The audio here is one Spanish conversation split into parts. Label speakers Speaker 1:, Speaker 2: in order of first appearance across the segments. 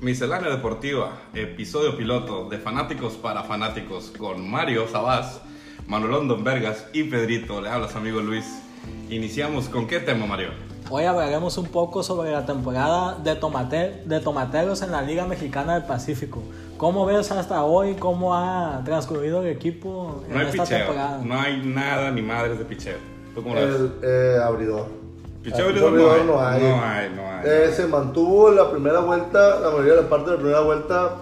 Speaker 1: Miscelánea Deportiva, episodio piloto de Fanáticos para Fanáticos con Mario Sabás, Manuel London Vergas y Pedrito. Le hablas, amigo Luis. Iniciamos con qué tema, Mario?
Speaker 2: Hoy hablaremos un poco sobre la temporada de, tomate- de tomateros en la Liga Mexicana del Pacífico. ¿Cómo ves hasta hoy cómo ha transcurrido el equipo en
Speaker 1: No hay
Speaker 2: esta
Speaker 1: picheo,
Speaker 2: temporada?
Speaker 1: no hay nada ni madres de picheo. ¿Tú cómo lo ves?
Speaker 3: El eh, abridor.
Speaker 1: Picheo
Speaker 3: El
Speaker 1: abridor no hay.
Speaker 3: no hay.
Speaker 1: No hay, no hay.
Speaker 3: Eh, se mantuvo la primera vuelta, la mayoría de la parte de la primera vuelta,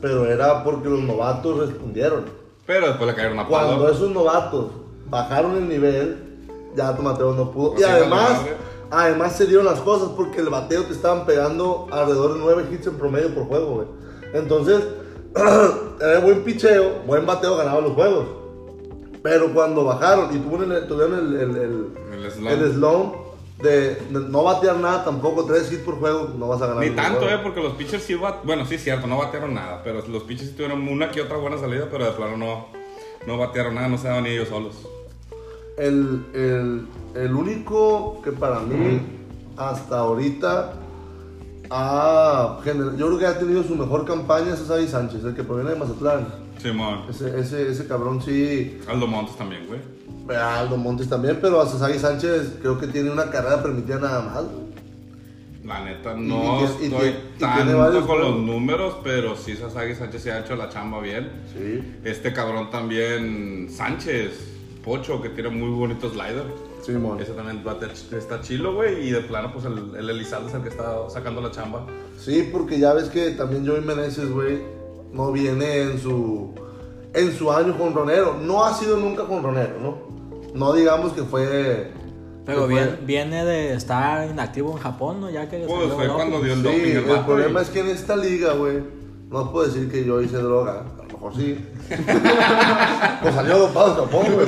Speaker 3: pero era porque los novatos respondieron.
Speaker 1: Pero después le cayeron a
Speaker 3: Cuando
Speaker 1: palo.
Speaker 3: esos novatos bajaron el nivel, ya Tomateo no pudo.
Speaker 1: Pues
Speaker 3: y
Speaker 1: sí, vale
Speaker 3: además,
Speaker 1: madre.
Speaker 3: además se dieron las cosas porque el bateo te estaban pegando alrededor de 9 hits en promedio por juego, güey. Entonces, era buen picheo, buen bateo ganaba los juegos. Pero cuando bajaron y tuvieron el, tuvieron el- el- el-
Speaker 1: El slump.
Speaker 3: el slump de, de no batear nada tampoco, 3 hits por juego, no vas a ganar.
Speaker 1: Ni
Speaker 3: los
Speaker 1: tanto,
Speaker 3: juegos.
Speaker 1: eh, porque los pitchers sí bat... Bueno, sí, cierto, no batearon nada. Pero los pitchers sí tuvieron una que otra buena salida, pero de plano no, no batearon nada, no se daban ni ellos solos.
Speaker 3: El, el- el único que para mí hasta ahorita ha gener- yo creo que ha tenido su mejor campaña es Xavi Sánchez, el que proviene de Mazatlán.
Speaker 1: Simón.
Speaker 3: Ese, ese, ese cabrón sí,
Speaker 1: Aldo Montes también, güey.
Speaker 3: Aldo Montes también, pero a Xavi Sánchez creo que tiene una carrera permitida nada más.
Speaker 1: La neta, no
Speaker 3: y- y- y-
Speaker 1: estoy
Speaker 3: y tiene
Speaker 1: tanto
Speaker 3: varios
Speaker 1: con los
Speaker 3: juegos.
Speaker 1: números, pero sí Sasagi Sánchez se ha hecho la chamba bien.
Speaker 3: Sí.
Speaker 1: Este cabrón también, Sánchez, Pocho, que tiene muy bonito slider.
Speaker 3: Simón.
Speaker 1: Ese también va a ter- está chilo, güey. Y de plano, pues el, el Elizalde es el que está sacando la chamba.
Speaker 3: Sí, porque ya ves que también Joey Meneses, güey, no viene en su en su año jonronero. No ha sido nunca jonronero, ¿no? No digamos que fue
Speaker 2: Pero
Speaker 3: que fue-
Speaker 2: bien- viene de estar inactivo en Japón, ¿no? Ya que le
Speaker 1: Pues
Speaker 2: salió
Speaker 1: fue
Speaker 2: doping.
Speaker 1: cuando dio el
Speaker 3: Sí,
Speaker 1: doping
Speaker 3: el
Speaker 1: el vato,
Speaker 3: problema
Speaker 1: y-
Speaker 3: es que en esta liga, güey, no puedo decir que yo hice droga. A lo mejor sí. pues salió dopado Japón, güey.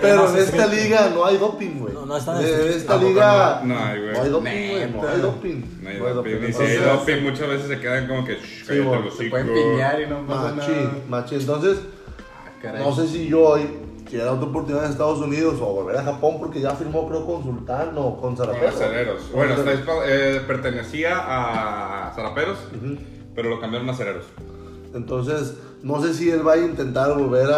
Speaker 3: Pero en esta liga no hay doping, güey.
Speaker 2: No, no está en el
Speaker 3: En
Speaker 2: street.
Speaker 3: esta
Speaker 2: Tampoco
Speaker 3: liga
Speaker 1: no- no hay, güey.
Speaker 3: no hay doping, güey.
Speaker 4: Neta.
Speaker 3: No hay doping.
Speaker 1: No hay
Speaker 3: No hay
Speaker 1: doping.
Speaker 3: doping.
Speaker 1: Y si hay
Speaker 3: Entonces,
Speaker 1: doping, muchas veces se quedan como que. "Shh, cállate
Speaker 3: bueno,
Speaker 1: el
Speaker 4: Se pueden
Speaker 1: hocico".
Speaker 4: piñar y no pasa nada.
Speaker 3: Machín, machín. Entonces,
Speaker 4: Ah, caray.
Speaker 3: Ah, no sé si yo hoy, si era otra oportunidad en Estados Unidos o volver a Japón, porque ya firmó, creo, con Sultán o
Speaker 1: Con
Speaker 3: con Zarapezo.
Speaker 1: los acereros. Bueno, hasta ahí pa- eh, pertenecía a Zaraperos, pero lo cambiaron a acereros.
Speaker 3: Entonces, no sé si él va a intentar volver a,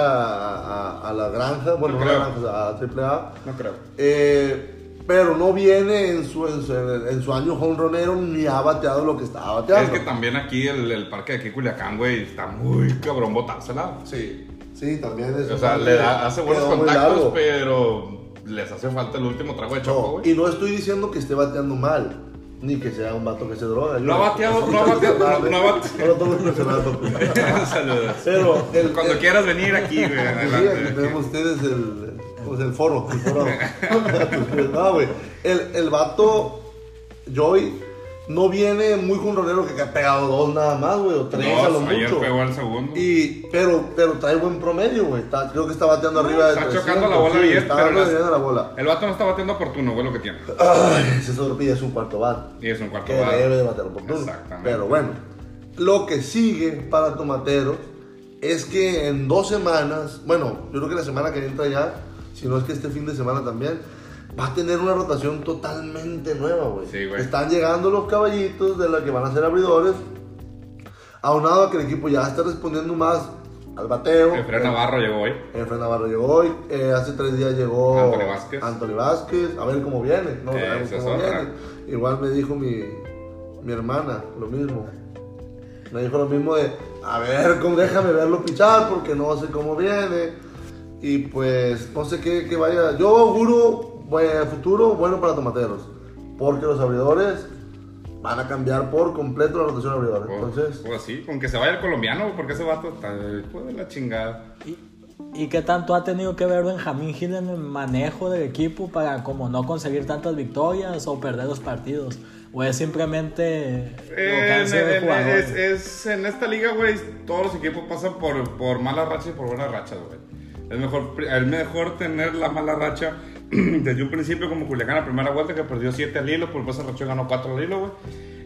Speaker 3: a- a la granja, bueno,
Speaker 1: No
Speaker 3: no a la
Speaker 1: creo.
Speaker 3: granja, a Triple A.
Speaker 1: No creo.
Speaker 3: Eh, pero no viene en su, en su, en su año jonronero ni ha bateado lo que estaba
Speaker 1: Es
Speaker 3: bateando.
Speaker 1: que también aquí el, el parque de aquí, Culiacán, güey, está muy cabrón botársela.
Speaker 3: Sí. Sí, también es.
Speaker 1: O sea, le da- hace buenos
Speaker 3: Quedó muy
Speaker 1: contactos,
Speaker 3: largo.
Speaker 1: pero les hace falta el último trago de choco,
Speaker 3: No,
Speaker 1: güey.
Speaker 3: y no estoy diciendo que esté bateando mal, ni que sea un vato que se droga.
Speaker 1: No ha bateado, no ha bateado, no- no ha bateado.
Speaker 3: No lo tomo personal, pues.
Speaker 1: Saludos.
Speaker 3: Pero el-
Speaker 1: Cuando
Speaker 3: el-
Speaker 1: quieras venir aquí, güey.
Speaker 3: Sí, aquí
Speaker 1: adelante.
Speaker 3: tenemos ustedes el, pues, el foro. El foro. no, güey. El, el vato, Joy, no viene muy jonronero que ha pegado dos nada más, güey, o tres a lo
Speaker 1: Dos, ayer
Speaker 3: mucho.
Speaker 1: pegó el segundo.
Speaker 3: Y, pero, pero trae buen promedio, güey. Está- Creo que está bateando arriba de
Speaker 1: Está
Speaker 3: 300,
Speaker 1: chocando la bola
Speaker 3: sí,
Speaker 1: bien,
Speaker 3: Está
Speaker 1: pero
Speaker 3: dando
Speaker 1: las-
Speaker 3: bien a la bola.
Speaker 1: El vato no está batiendo oportuno, güey, lo que tiene.
Speaker 3: Ay, se sobrepilla, es un cuarto bat.
Speaker 1: Y es un cuarto
Speaker 3: que
Speaker 1: bar.
Speaker 3: debe de batear oportuno.
Speaker 1: Exactamente.
Speaker 3: Pero bueno, lo que sigue para Tomateros es que en dos semanas, bueno, yo creo que la semana que entra ya, si no es que este fin de semana también, va a tener una rotación totalmente nueva, güey.
Speaker 1: Sí, güey.
Speaker 3: Están llegando los caballitos de los que van a ser abridores, aunado a que el equipo ya está respondiendo más al bateo.
Speaker 1: Efraín Navarro llegó hoy.
Speaker 3: Efraín Navarro llegó hoy, eh, hace tres días llegó
Speaker 1: Anthony Vázquez. Eh,
Speaker 3: Anthony Vázquez, a ver cómo viene, no
Speaker 1: Esa
Speaker 3: sabemos
Speaker 1: es
Speaker 3: cómo
Speaker 1: otra.
Speaker 3: viene. Igual me dijo mi, mi hermana lo mismo. Me dijo lo mismo de, a ver, cómo- déjame verlo pichar porque no sé cómo viene. Y pues, no sé qué, qué vaya. Yo auguro buen futuro bueno para tomateros, porque los abridores van a cambiar por completo la rotación de abridores. Entonces,
Speaker 1: Pues sí, con que se vaya el colombiano, porque ese vato está hijo de la chingada.
Speaker 2: ¿Y, y qué tanto ha tenido que ver Benjamín Gil en el manejo del equipo para como no conseguir tantas victorias o perder los partidos? ¿O es simplemente
Speaker 1: Eh,
Speaker 2: cansancio del
Speaker 1: en- en-
Speaker 2: jugador?
Speaker 1: es, es- en esta liga, güey, todos los equipos pasan por, por malas rachas y por buenas rachas, güey. Es mejor, pri- es mejor tener la mala racha desde un principio, como Culiacán, la primera vuelta que perdió 7 al hilo, por esa racha ganó 4 al hilo, güey.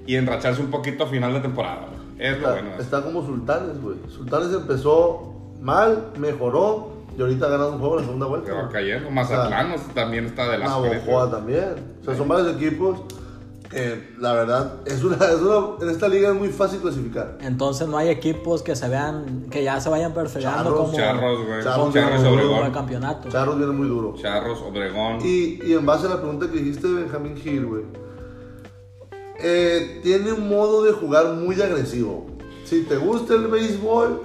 Speaker 1: Y enracharse un poquito a final de temporada, güey. Es lo
Speaker 3: Está,
Speaker 1: bueno. de eso.
Speaker 3: está como Sultanes, güey. Sultanes empezó mal, mejoró y ahorita ha ganado un juego en la segunda
Speaker 1: Que va
Speaker 3: vuelta.
Speaker 1: cayendo. Mazatlán o sea, también está de las
Speaker 3: Navajoa también. O sea, son varios equipos eh, la verdad, es una, es una- en esta liga es muy fácil clasificar.
Speaker 2: Entonces no hay equipos que se vean, que ya se vayan perfilando
Speaker 3: Charros,
Speaker 2: como,
Speaker 1: Charros, güey. Charros,
Speaker 3: Charros, Charros,
Speaker 2: como el
Speaker 1: Obregón.
Speaker 2: campeonato.
Speaker 3: Charros viene muy duro.
Speaker 1: Charros, Obregón.
Speaker 3: Y, y en base a la pregunta que dijiste de Benjamin Hill, güey. eh, tiene un modo de jugar muy agresivo. Si te gusta el béisbol,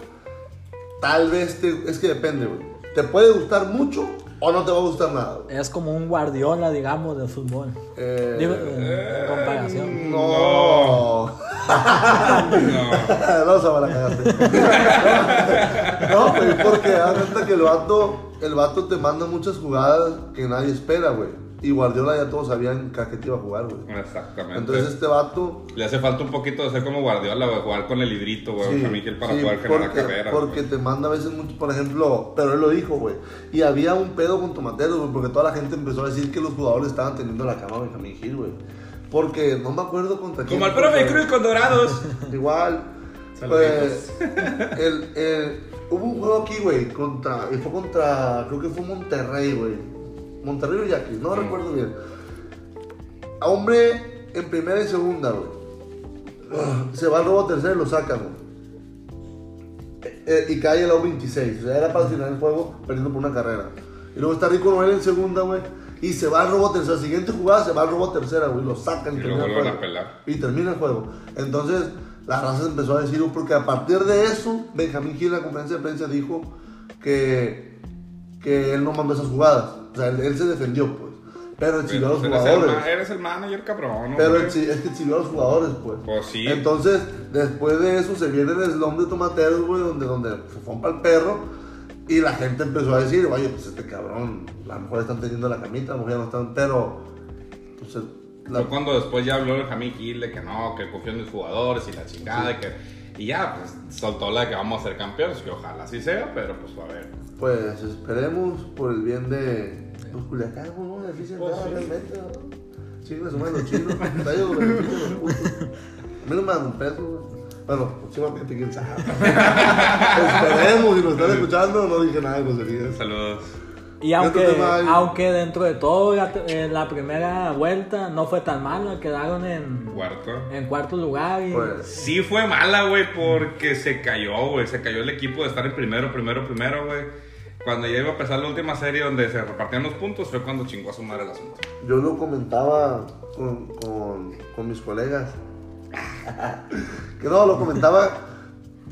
Speaker 3: tal vez te... Es que depende, güey. Te puede gustar mucho o no te va a gustar nada. güey.
Speaker 2: Es como un guardiola, digamos, del fútbol.
Speaker 3: Eh,
Speaker 2: Digo, eh, en comparación.
Speaker 1: No.
Speaker 3: no. no, se la cagaste. no, güey, porque da cuenta que el vato, el vato te manda muchas jugadas que nadie espera, güey. Y Guardiola ya todos sabían que a qué te iba a jugar, güey.
Speaker 1: Exactamente.
Speaker 3: Entonces este vato...
Speaker 1: Le hace falta un poquito de ser como Guardiola, güey, jugar con el hidrito, güey,
Speaker 3: Sí,
Speaker 1: Benjamín Gil para
Speaker 3: sí,
Speaker 1: poder generar
Speaker 3: porque,
Speaker 1: carreras.
Speaker 3: Porque
Speaker 1: güey.
Speaker 3: te manda a veces mucho, por ejemplo, pero él lo dijo, güey. Y había un pedo con Tomateros, güey, porque toda la gente empezó a decir que los jugadores estaban teniendo la cama a Benjamín Gil, güey. Porque no me acuerdo contra quién.
Speaker 1: Como el
Speaker 3: fue,
Speaker 1: profe
Speaker 3: güey.
Speaker 1: Cruz con Dorados.
Speaker 3: Igual.
Speaker 4: Saluditos.
Speaker 3: Pues, el, el- hubo un juego aquí, güey, contra. Y fue contra. Creo que fue Monterrey, güey. Monterrey o Yaquis, no recuerdo bien. A hombre en primera y segunda, güey. Ugh, Se va al robo tercero y lo sacan, güey. Eh, y cae el O26. O sea, era para final el juego perdiendo por una carrera. Y luego está Rico Noel en segunda, güey. Y se va al robo tercera. Siguiente jugada se va al robo tercera, güey. Lo sacan
Speaker 1: Y lo
Speaker 3: termina el
Speaker 1: vuelven
Speaker 3: juego.
Speaker 1: a pelar.
Speaker 3: Y termina el juego. Entonces, la raza empezó a decir, porque a partir de eso, Benjamín Gil en la conferencia de prensa dijo que, que él no mandó esas jugadas. O sea, él, él se defendió, pues. Pero exhibió a los
Speaker 1: Eres el
Speaker 3: jugadores.
Speaker 1: pues, ma- Eres el manager, cabrón. ¿no,
Speaker 3: Pero
Speaker 1: güey?
Speaker 3: exhi- es que exhibió a los jugadores, pues.
Speaker 1: Pues sí.
Speaker 3: Entonces, después de eso se viene el slum de tomateros, güey, donde, donde se fue para el perro. Y la gente empezó a decir, oye, pues este cabrón, a lo mejor están teniendo la camita, a lo mejor ya no están, pero. Entonces, la-
Speaker 1: Fue cuando después ya habló Benjamín Gil de que no, que confió en los jugadores y la chingada, y que. Y ya, pues soltó la de que vamos a ser campeones, que ojalá así sea, pero pues a ver.
Speaker 3: Pues esperemos por el bien de los Culiacán, ¿no? El Beneficio
Speaker 1: Pues, sí.
Speaker 3: realmente, ¿no? Chingas, suman los chinos. Está yo, beneficio de los putos. A mí no me dan un peso, güey. Bueno, pues, próximamente, quién sabe. esperemos, si nos están escuchando, no dije nada de groserías.
Speaker 1: Saludos.
Speaker 2: Y
Speaker 3: otro
Speaker 2: aunque,
Speaker 3: tema hay-
Speaker 2: aunque dentro de todo la, eh, la primera vuelta no fue tan mala, quedaron en,
Speaker 1: Cuarto.
Speaker 2: en cuarto lugar y
Speaker 3: Pues,
Speaker 1: Sí fue mala, güey, porque se cayó, güey. Se cayó el equipo de estar en primero, primero, primero, güey. Cuando ya iba a empezar la última serie donde se repartían los puntos, fue cuando chingó a su madre el asunto.
Speaker 3: yo lo comentaba con, con, con mis colegas. que no, lo comentaba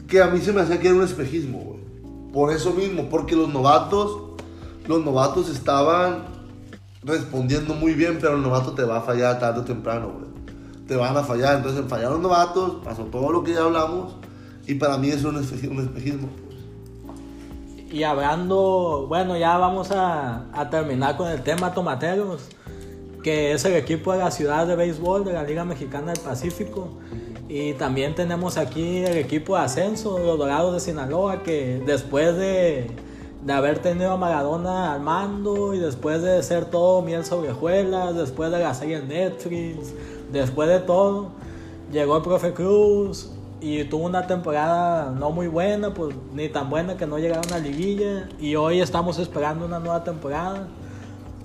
Speaker 3: que a mí se me hacía que era un espejismo, güey. Por eso mismo, porque los novatos, los novatos estaban respondiendo muy bien, pero el novato te va a fallar tarde o temprano, güey. Te van a fallar. Entonces fallaron los novatos, pasó todo lo que ya hablamos, y para mí eso es un espe- un espejismo.
Speaker 2: Y hablando, bueno, ya vamos a, a terminar con el tema Tomateros, que es el equipo de la ciudad de béisbol de la Liga Mexicana del Pacífico. Y también tenemos aquí el equipo de ascenso, los Dorados de Sinaloa, que después de, de haber tenido a Maradona al mando y después de ser todo miel sobre hojuelas, después de la serie en Netflix, después de todo, Llegó el profe Cruz y tuvo una temporada no muy buena, pues ni tan buena que no llegaron a liguilla. Y hoy estamos esperando una nueva temporada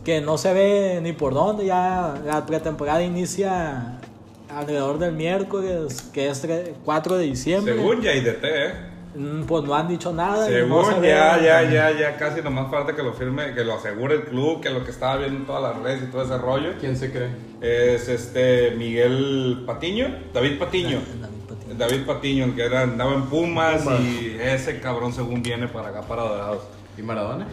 Speaker 2: que no se ve ni por dónde. Ya la pretemporada inicia alrededor del miércoles, que es tre- 4 de diciembre.
Speaker 1: Según ya IDT, ¿eh?
Speaker 2: Mm, Pues no han dicho nada. y no se
Speaker 1: Según
Speaker 2: ve-
Speaker 1: ya, ya, ya, ya, casi nomás falta que lo firme, que lo asegure el club, que lo que estaba viendo en todas las redes y todo ese rollo.
Speaker 4: ¿Quién se cree?
Speaker 1: Es este Miguel Patiño, David Patiño.
Speaker 4: Ah,
Speaker 2: David Patiño.
Speaker 1: David Patiño, que era, andaba en Pumas,
Speaker 3: Pumas.
Speaker 1: y ese cabrón según viene para acá, para Dorados.
Speaker 4: ¿Y Maradona?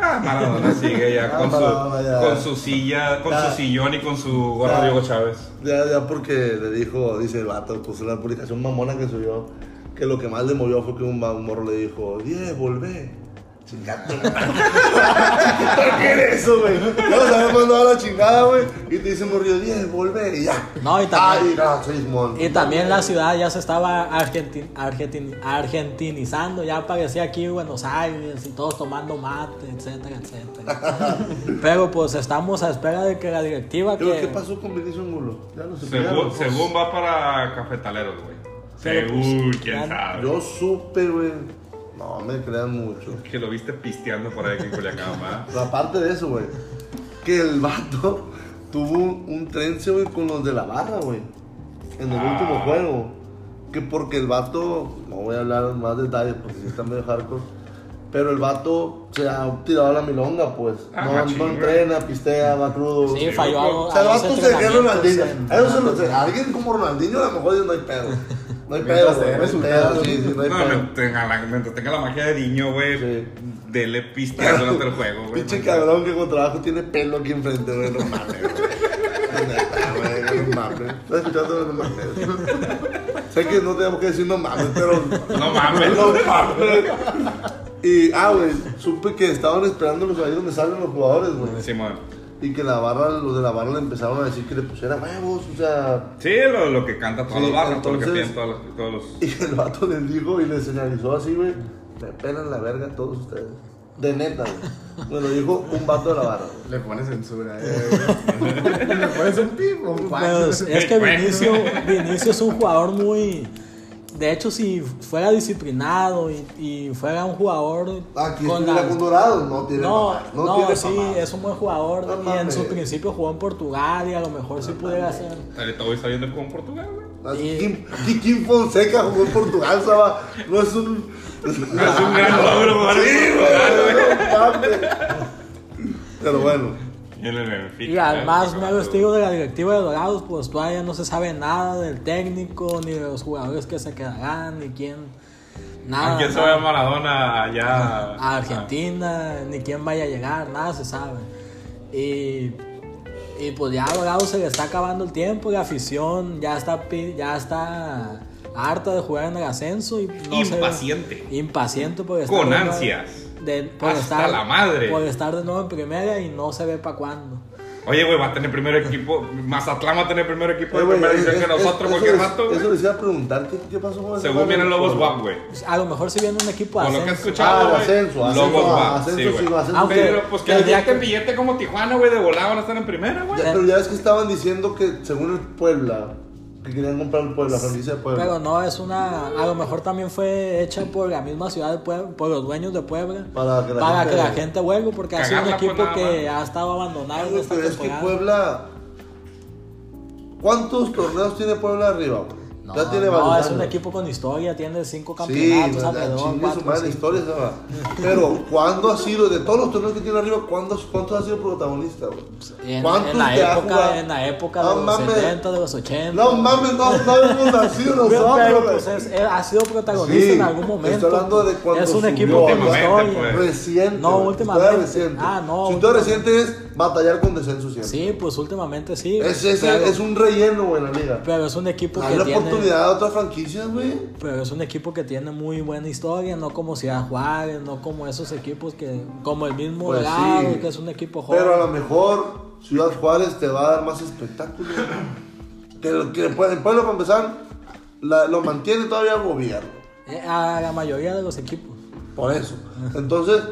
Speaker 1: Ah, Maradona sigue ya
Speaker 3: Ah,
Speaker 1: con,
Speaker 3: Maradona
Speaker 1: su,
Speaker 3: ya.
Speaker 1: con su silla, con
Speaker 3: Ya.
Speaker 1: su sillón y con su gorra
Speaker 3: Ya.
Speaker 1: Diego Chávez.
Speaker 3: Ya, ya porque le dijo, dice el vato, pues la publicación mamona que subió, que lo que más le movió fue que un, va- un morro le dijo, Die, volvé. Chingate. ¿Por qué era eso, güey? No sabemos nada la chingada, güey. Y te dice morrió, Die, volvé. Y ya.
Speaker 2: No, y también-
Speaker 3: Ay, no, soy mon.
Speaker 2: Y también la ciudad ya se estaba argentin- argentin- argentinizando, ya aparecía aquí Buenos Aires y todos tomando mate, etcétera, etcétera. Pero pues estamos a espera de que la directiva
Speaker 3: Pero,
Speaker 2: que...
Speaker 3: ¿Qué pasó con Vinicio Angulo? Ya lo
Speaker 1: Según,
Speaker 3: supimos.
Speaker 1: según va para Cafetaleros, güey.
Speaker 2: Pero, pues,
Speaker 1: Según, quién
Speaker 2: ya-
Speaker 1: sabe.
Speaker 3: Yo supe, güey. No, me crean mucho.
Speaker 1: Que lo viste pisteando por ahí en Culiacán, ¿verdad?
Speaker 3: Pero aparte de eso, güey, que el vato tuvo un, un trense, güey, con los de la barra, güey. En el último juego. Que porque el vato, no voy a hablar en más detalles porque sí está medio hardcore. Pero el vato se ha tirado a la milonga, pues.
Speaker 1: Ah,
Speaker 3: no,
Speaker 1: machín,
Speaker 3: no
Speaker 1: güey.
Speaker 3: entrena, pistea, va crudo.
Speaker 2: Sí, falló algo.
Speaker 3: O sea, el vato se quedó Ronaldinho.
Speaker 2: entrenamientos
Speaker 3: A eso se
Speaker 2: en-
Speaker 3: lo sé. A alguien como Ronaldinho a lo mejor dice, no hay pedo. No hay pedo, güey. No
Speaker 4: Mientras se den
Speaker 3: hay pedo,
Speaker 4: resultados.
Speaker 3: sí, sí, no hay
Speaker 1: No,
Speaker 3: pedo.
Speaker 1: mientras tenga la, mientras tenga la magia de niño, güey,
Speaker 3: Sí.
Speaker 1: dele pistear durante el juego, güey.
Speaker 3: Pinche
Speaker 1: No,
Speaker 3: cabrón que con trabajo tiene pelo aquí enfrente, güey. No mames, güey. Neta, güey, No mames. ¿Estás escuchando? No mames. Sé que no tenemos que decir no mames, pero.
Speaker 1: No mames.
Speaker 3: No mames. Y, ah, güey, supe que estaban esperándolos ahí donde salen los jugadores, güey.
Speaker 1: Simón.
Speaker 3: Y que la barra, los de la barra le empezaron a decir que le pusiera huevos, o sea,
Speaker 1: Sí, lo, lo que canta todas
Speaker 3: Sí,
Speaker 1: las barras, todo lo que
Speaker 3: entonces-
Speaker 1: piden todos los. Todos los...
Speaker 3: Y el vato les dijo y les señalizó así, güey. Me pelan la verga todos ustedes. De neta, güey. Me lo dijo un vato de la barra. güey.
Speaker 4: Le pone censura, eh. güey. Le pones un pip, un
Speaker 2: Pero es,
Speaker 4: fax.
Speaker 2: es que Vinicio, Vinicio es un jugador muy. De hecho, si fuera disciplinado y, y fuera un jugador.
Speaker 3: Ah, Aquí
Speaker 2: con
Speaker 3: estuviera
Speaker 2: las-
Speaker 3: con Dorado, no tiene
Speaker 2: No,
Speaker 3: mamá,
Speaker 2: no,
Speaker 3: tiene
Speaker 2: sí,
Speaker 3: mamá.
Speaker 2: es un buen jugador.
Speaker 3: No
Speaker 2: y en
Speaker 3: mames.
Speaker 2: su principio jugó en Portugal y a lo mejor sí pudiera ser.
Speaker 1: Ahorita voy saliendo con Portugal, güey.
Speaker 3: Así, Kim- Kim- Kim Fonseca jugó en Portugal, Saba. No es un. Es un
Speaker 1: Es un gran logro, güey.
Speaker 3: Pero bueno,
Speaker 1: Y en el Benfica,
Speaker 2: Y al
Speaker 1: güey,
Speaker 2: más
Speaker 1: porque
Speaker 2: mero
Speaker 1: va,
Speaker 2: estilo de la directiva de Dorados, pues todavía no se sabe nada del técnico, ni de los jugadores que se quedarán, ni quién. Nada.
Speaker 1: ¿A quién se va
Speaker 2: nada.
Speaker 1: a Maradona allá?
Speaker 2: a Ah, Argentina, ni quién vaya a llegar, nada se sabe. Y, y pues ya a Dorados se le está acabando el tiempo, la afición ya está, pi- ya está harta de jugar en el ascenso. Y no se-
Speaker 1: Impaciente.
Speaker 2: impaciente por estar.
Speaker 1: Con
Speaker 2: de nuevo-
Speaker 1: ansias.
Speaker 2: de- por
Speaker 1: Hasta
Speaker 2: estar,
Speaker 1: la madre.
Speaker 2: Por estar de nuevo en primera y no se ve para cuándo.
Speaker 1: Ah. Oye, güey, va a tener primer equipo. Mazatlán va a tener primer equipo de
Speaker 3: Oye, güey,
Speaker 1: primera división
Speaker 3: es-
Speaker 1: que
Speaker 3: es-
Speaker 1: nosotros,
Speaker 3: eso
Speaker 1: cualquier
Speaker 3: les-
Speaker 1: rato, güey.
Speaker 3: Eso les iba a preguntar, ¿qué, qué pasó con ese
Speaker 1: Según vienen
Speaker 3: vato?
Speaker 1: Lobos WAP, güey.
Speaker 2: Pues, A lo mejor si viene un equipo de
Speaker 1: Por lo que he
Speaker 2: ascenso.
Speaker 1: escuchado,
Speaker 3: Ah,
Speaker 1: güey.
Speaker 3: ascenso, ascenso, ah,
Speaker 1: Lobos va,
Speaker 3: ascenso,
Speaker 1: sí, güey.
Speaker 3: sí, ascenso.
Speaker 2: Aunque-
Speaker 1: Pero pues que
Speaker 3: Ya,
Speaker 1: el día
Speaker 3: ya,
Speaker 1: que
Speaker 3: ya.
Speaker 1: billete como Tijuana, güey, de volada van a estar en primera, güey.
Speaker 2: Ya.
Speaker 3: Pero ya es que estaban diciendo que según el Puebla, que querían comprar el Puebla, la franquicia de Puebla.
Speaker 2: Pero no, es una. A lo mejor también fue hecha por la misma ciudad de Puebla, por los dueños de Puebla.
Speaker 3: Para que la
Speaker 2: para
Speaker 3: gente-
Speaker 2: que la gente vuelva, porque ha sido un
Speaker 1: Cagarla, pues,
Speaker 2: equipo
Speaker 1: nada
Speaker 2: que
Speaker 1: más.
Speaker 2: ha estado abandonado en
Speaker 3: Güey,
Speaker 2: esta
Speaker 3: pero es que
Speaker 2: temporada.
Speaker 3: Puebla. ¿Cuántos torneos tiene Puebla arriba, güey?
Speaker 2: No,
Speaker 3: ya tiene
Speaker 2: no,
Speaker 3: varios
Speaker 2: es un
Speaker 3: años.
Speaker 2: equipo con historia, tiene cinco
Speaker 3: Sí,
Speaker 2: campeonatos,
Speaker 3: la
Speaker 2: alrededor,
Speaker 3: chingue su
Speaker 2: cuatro,
Speaker 3: madre
Speaker 2: cinco.
Speaker 3: historia esa va. Pero, ¿cuándo ha sido, de todos los torneos que tiene arriba, ¿cuándo, cuántos ha sido protagonista, güey?
Speaker 2: Pues, En,
Speaker 3: ¿Cuántos
Speaker 2: en la
Speaker 3: te ha jugado?
Speaker 2: época, en la época
Speaker 3: No
Speaker 2: de los
Speaker 3: mames.
Speaker 2: 70, de los 80.
Speaker 3: No mames, no, no hemos nacido
Speaker 2: Pero,
Speaker 3: nosotros,
Speaker 2: pero,
Speaker 3: güey.
Speaker 2: pues es- eh, ha sido protagonista
Speaker 3: Sí,
Speaker 2: en algún
Speaker 3: estoy
Speaker 2: momento.
Speaker 3: hablando de cuando
Speaker 2: es un
Speaker 3: subió,
Speaker 2: equipo con
Speaker 1: últimamente,
Speaker 2: historia.
Speaker 1: pues.
Speaker 3: Reciente.
Speaker 2: No,
Speaker 3: güey.
Speaker 2: últimamente.
Speaker 3: Historia reciente.
Speaker 2: Ah, no,
Speaker 3: Su historia reciente es batallar con descenso siempre.
Speaker 2: Sí, pues últimamente sí.
Speaker 3: Es, es-
Speaker 2: pero,
Speaker 3: es un relleno, güey, en la liga.
Speaker 2: pero es un equipo
Speaker 3: Hay
Speaker 2: que
Speaker 3: la
Speaker 2: tiene.
Speaker 3: oportunidad a otras franquicias, güey.
Speaker 2: Pero es un equipo que tiene muy buena historia, no como Ciudad Juárez, no como esos equipos que. como el mismo
Speaker 3: Pues
Speaker 2: Dorado,
Speaker 3: sí.
Speaker 2: que es un equipo joven.
Speaker 3: Pero a lo mejor Ciudad Juárez te va a dar más espectáculo. güey. que lo que pues, el pueblo, para empezar, la- lo mantiene todavía el gobierno.
Speaker 2: Eh, A la mayoría de los equipos.
Speaker 3: Por eso. Entonces,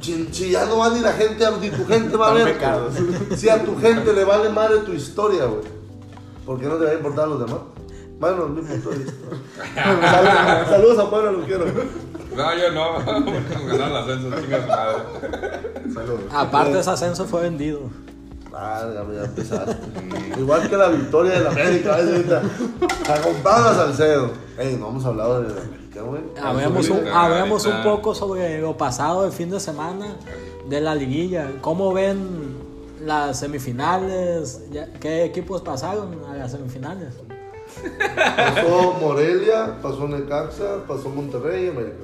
Speaker 3: si, si ya no va ni la gente, a- ni tu gente va a ver.
Speaker 4: pecados.
Speaker 3: güey. Si a tu gente le vale madre tu historia, güey. ¿Por qué no te va a importar a los demás? Bueno, es mi punto de vista. Saludos, saludos a Puebla, lo quiero.
Speaker 1: No, yo no. Ganar el ascenso, chinga su madre.
Speaker 4: Saludos.
Speaker 2: Aparte, ese ascenso fue vendido.
Speaker 3: Válgame, Ah, ya empezaste. Igual que la victoria del América, ¿ves? Ahorita. La compraron a Salcedo. Ey, no hemos hablado del América, güey.
Speaker 2: Hablemos un,
Speaker 1: ahorita,
Speaker 2: hablemos un
Speaker 1: ahorita.
Speaker 2: poco sobre lo pasado del fin de semana de la liguilla. ¿Cómo ven las semifinales? Ya- ¿Qué equipos pasaron a las semifinales?
Speaker 3: Pasó Morelia, pasó Necaxa, pasó Monterrey y América.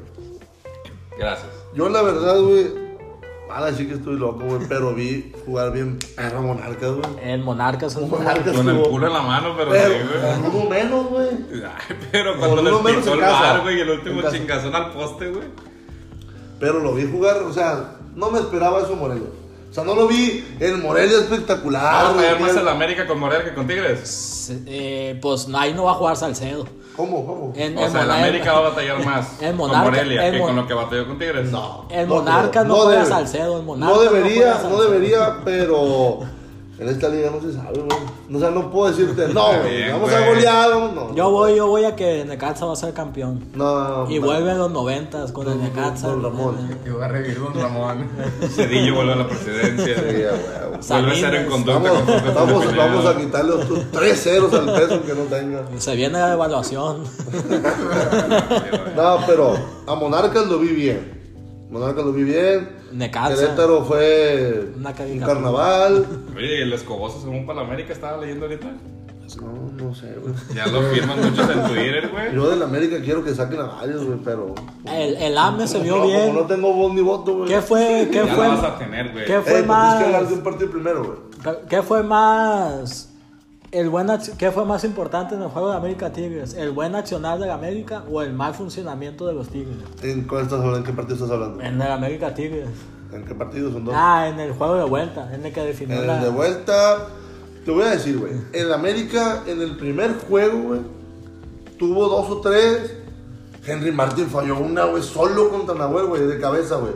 Speaker 1: Gracias.
Speaker 3: Yo, la verdad, güey, ah, van a decir que estoy loco, güey, pero vi jugar bien perro Monarcas, güey.
Speaker 2: El Monarcas es un
Speaker 3: Monarcas
Speaker 1: Con el
Speaker 3: jugó-
Speaker 1: culo en la mano, pero
Speaker 3: Pero,
Speaker 1: sí, güey.
Speaker 3: con uno menos, güey.
Speaker 1: Ay, pero
Speaker 3: Con
Speaker 1: cuando
Speaker 3: uno
Speaker 1: les
Speaker 3: menos
Speaker 1: pitó
Speaker 3: en
Speaker 1: el
Speaker 3: casa.
Speaker 1: bar, güey, el
Speaker 3: En
Speaker 1: último
Speaker 3: casa.
Speaker 1: chingazón al poste, güey.
Speaker 3: Pero lo vi jugar, o sea, no me esperaba eso, Morelia. O sea, no lo vi en Morelia espectacular.
Speaker 1: Vamos a
Speaker 3: Ah, güey,
Speaker 1: ver Ah, más
Speaker 3: que-
Speaker 1: en la América con Morelia que con Tigres.
Speaker 2: Eh, pues no, ahí no va a jugar Salcedo.
Speaker 3: ¿Cómo? ¿Cómo?
Speaker 2: En,
Speaker 1: O
Speaker 2: en
Speaker 1: sea, el
Speaker 2: Monar-
Speaker 1: América va a batallar más
Speaker 2: En
Speaker 1: con
Speaker 2: Monarca-
Speaker 1: Morelia
Speaker 2: en
Speaker 1: que
Speaker 2: Mon-
Speaker 1: con lo que batalló con Tigres.
Speaker 3: No.
Speaker 2: El
Speaker 3: no
Speaker 2: Monarcas
Speaker 3: creo.
Speaker 2: no juega
Speaker 3: debe.
Speaker 2: Salcedo, el Monarcas
Speaker 3: No
Speaker 2: no
Speaker 3: debería,
Speaker 2: juega
Speaker 3: no,
Speaker 2: Salcedo.
Speaker 3: debería, pero En esta liga no se sabe, güey. No, o sea, no puedo decirte, no, güey.
Speaker 1: Bien,
Speaker 3: Vamos a
Speaker 1: güey.
Speaker 3: golear, vamos, no.
Speaker 2: Yo voy, yo voy a que Necaxa va a ser campeón.
Speaker 3: No, no, no.
Speaker 2: Y
Speaker 3: no.
Speaker 2: vuelve en los noventas con el Necaxa.
Speaker 3: Don Ramón.
Speaker 4: Que va a revivir Don Ramón.
Speaker 1: Cedillo vuelve a la presidencia.
Speaker 3: Sí, güey, güey.
Speaker 1: Vuelve a ser en
Speaker 2: Salinas.
Speaker 1: conducta con Jorge
Speaker 3: Vamos, vamos,
Speaker 1: Pepe
Speaker 3: vamos a
Speaker 1: Peña.
Speaker 3: quitarle otros tres ceros al peso que no tenga.
Speaker 2: Se viene la evaluación.
Speaker 3: No, pero a Monarcas lo vi bien. Monarcas lo vi bien.
Speaker 2: Necaxa.
Speaker 3: Querétaro fue
Speaker 2: Una
Speaker 3: un
Speaker 2: caricatura.
Speaker 3: carnaval.
Speaker 1: Oye, ¿y el Escoboso según para la América estaba leyendo ahorita?
Speaker 3: No, no sé, güey.
Speaker 1: Ya lo firman muchos en Twitter, güey.
Speaker 3: Yo del América quiero que saquen a varios, güey, pero.
Speaker 2: El, el AME se vio
Speaker 3: No, como
Speaker 2: bien.
Speaker 3: no tengo voz ni voto, güey.
Speaker 2: ¿Qué fue, qué
Speaker 1: Ya lo
Speaker 2: fue,
Speaker 1: vas a tener, güey.
Speaker 2: qué
Speaker 3: Eh, pues,
Speaker 2: fue
Speaker 3: tienes que
Speaker 2: más?
Speaker 3: hablar de un partido primero, güey.
Speaker 2: ¿Qué fue más? El buen ac- ¿Qué fue más importante en el juego de América Tigres? ¿El buen accionar de la América o el mal funcionamiento de los Tigres?
Speaker 3: ¿En, cuál estás hablando? ¿En qué partido estás hablando?
Speaker 2: En el América Tigres.
Speaker 3: ¿En qué partido son dos?
Speaker 2: Ah, en el juego de vuelta, en el que
Speaker 3: en
Speaker 2: definió la...
Speaker 3: el de vuelta. Te voy a decir, güey. En América, en el primer juego, güey, tuvo dos o tres. Henry Martin falló una, güey, solo contra Nahuel, güey, de cabeza, güey.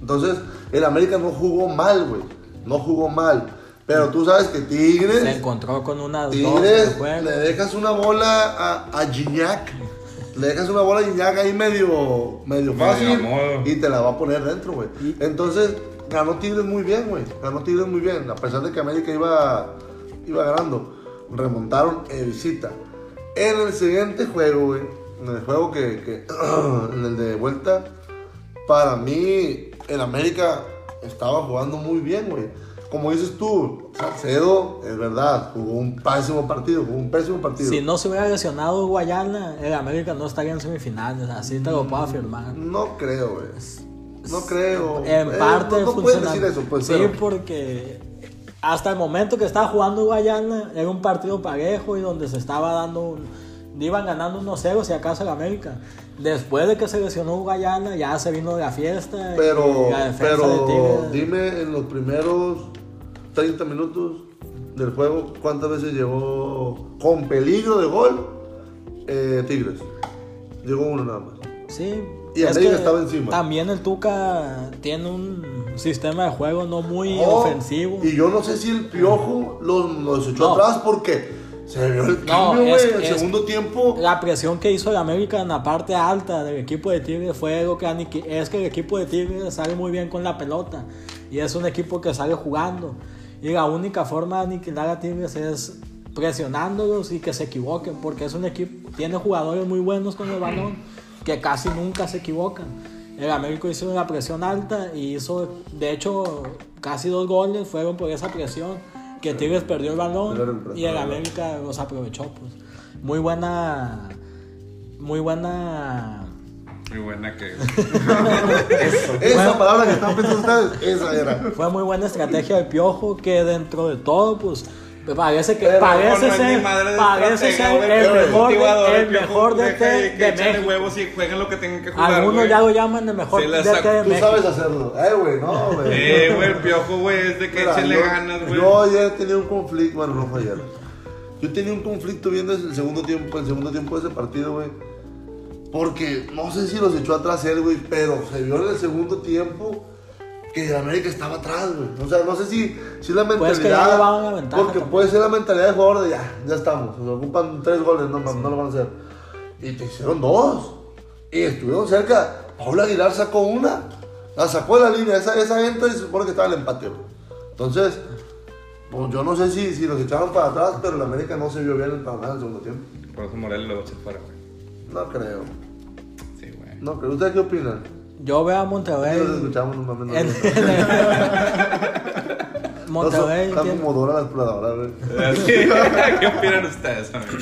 Speaker 3: Entonces, el América no jugó mal, güey. No jugó mal. Pero tú sabes que Tigres.
Speaker 2: Se encontró con unas dos en el
Speaker 3: Tigres,
Speaker 2: juego.
Speaker 3: le dejas una bola a, a Gignac. Le dejas una bola a Gignac ahí medio, medio fácil.
Speaker 1: modo.
Speaker 3: y te la va a poner dentro, güey. Entonces, ganó Tigres muy bien, güey. Ganó Tigres muy bien. A pesar de que América iba, iba ganando. Remontaron en visita. En el siguiente juego, güey. En el juego que, que- En el de vuelta. Para mí, el América estaba jugando muy bien, güey. Como dices tú, Salcedo, es verdad, jugó un pésimo partido, jugó un pésimo partido.
Speaker 2: Si no se hubiera lesionado Guayana, el América no estaría en semifinales, así te lo puedo afirmar.
Speaker 3: No creo, güey. No creo.
Speaker 2: En
Speaker 3: Eh,
Speaker 2: parte
Speaker 3: No, no puedes
Speaker 2: funciona-
Speaker 3: decir eso, pues.
Speaker 2: Sí,
Speaker 3: pero-
Speaker 2: porque hasta el momento que estaba jugando Guayana era un partido parejo y donde se estaba dando un- iban ganando unos 0 si acaso el América. Después de que se lesionó Guayana ya se vino de la fiesta. y
Speaker 3: Pero,
Speaker 2: la defensa de
Speaker 3: pero
Speaker 2: Tigres-
Speaker 3: dime en los primeros 30 minutos del juego cuántas veces llegó con peligro de gol eh, Tigres. Llegó uno nada más.
Speaker 2: Sí.
Speaker 3: Y
Speaker 2: es
Speaker 3: América
Speaker 2: que
Speaker 3: estaba encima.
Speaker 2: También el Tuca tiene un sistema de juego no muy
Speaker 3: Oh,
Speaker 2: ofensivo.
Speaker 3: Y yo no sé si el piojo los, los echó
Speaker 2: No.
Speaker 3: atrás porque se vio el
Speaker 2: No,
Speaker 3: cambio, güey.
Speaker 2: es-
Speaker 3: el
Speaker 2: es-
Speaker 3: segundo tiempo.
Speaker 2: La presión que hizo el América en la parte alta del equipo de Tigres fue lo que aniqui- es que el equipo de Tigres sale muy bien con la pelota y es un equipo que sale jugando y la única forma de aniquilar a Tigres es presionándolos y que se equivoquen porque es un equipo tiene jugadores muy buenos con el balón que casi nunca se equivocan. El América hizo una presión alta y hizo de hecho casi dos goles fueron por esa presión que Tigres perdió el
Speaker 3: Pero
Speaker 2: balón
Speaker 3: reemplazó,
Speaker 2: y el
Speaker 3: ¿verdad?
Speaker 2: América los aprovechó pues. Muy buena. Muy buena.
Speaker 1: Muy buena que.
Speaker 3: Esa palabra que están pensando ustedes, esa era.
Speaker 2: Fue muy buena estrategia del piojo que dentro de todo, pues. Parece que
Speaker 1: Pero
Speaker 2: parece
Speaker 1: no es
Speaker 2: ser,
Speaker 1: ni madre de
Speaker 2: parece
Speaker 1: estratega,
Speaker 2: ser
Speaker 1: güey,
Speaker 2: el
Speaker 1: pero
Speaker 2: mejor,
Speaker 1: motivador,
Speaker 2: de, el
Speaker 1: piojo,
Speaker 2: mejor DT
Speaker 1: deja
Speaker 2: de,
Speaker 1: que- que échale
Speaker 2: México.
Speaker 1: huevos y jueguen lo que tengan que jugar.
Speaker 2: Algunos
Speaker 1: güey.
Speaker 2: ya lo llaman el mejor
Speaker 1: Se la
Speaker 2: DT
Speaker 1: sacó.
Speaker 2: de
Speaker 3: Tú
Speaker 2: México.
Speaker 3: sabes hacerlo. Eh, güey, no, güey.
Speaker 1: Eh, güey, el piojo, güey, es de que
Speaker 3: Mira,
Speaker 1: échenle
Speaker 3: yo-
Speaker 1: ganas, güey.
Speaker 3: Yo ayer tenía un conflicto, bueno, no fue ayer. Yo tenía un conflicto viendo el segundo tiempo, el segundo tiempo de ese partido, güey. Porque no sé si los echó atrás él, güey, pero se vio en el segundo tiempo que el América estaba atrás, güey. O sea, no sé si, si la mentalidad.
Speaker 2: Pues que ya llevaban la ventaja
Speaker 3: porque
Speaker 2: también.
Speaker 3: puede ser la mentalidad de jugador de ya, ya estamos. Se ocupan tres goles, no, no lo van a hacer. Y te hicieron dos. Y estuvieron cerca. Paula Aguilar sacó una. La sacó de la línea. Esa, esa entra y se supone que estaba el empate, güey. Entonces, pues yo no sé si, si los echaron para atrás, pero el América no se vio bien para nada en el segundo tiempo.
Speaker 1: Por eso Morelos lo va a echar fuera, güey.
Speaker 3: No creo.
Speaker 1: Sí, güey.
Speaker 3: No creo. ¿Ustedes qué opinan?
Speaker 2: Yo veo a
Speaker 3: Nosotros
Speaker 2: Monterrey.
Speaker 3: escuchamos, no mames, no
Speaker 2: en-
Speaker 3: mames.
Speaker 2: Monterrey.
Speaker 3: Está
Speaker 2: tiene-
Speaker 3: como Dora la exploradora, güey.
Speaker 1: ¿Qué opinan ustedes, amigo?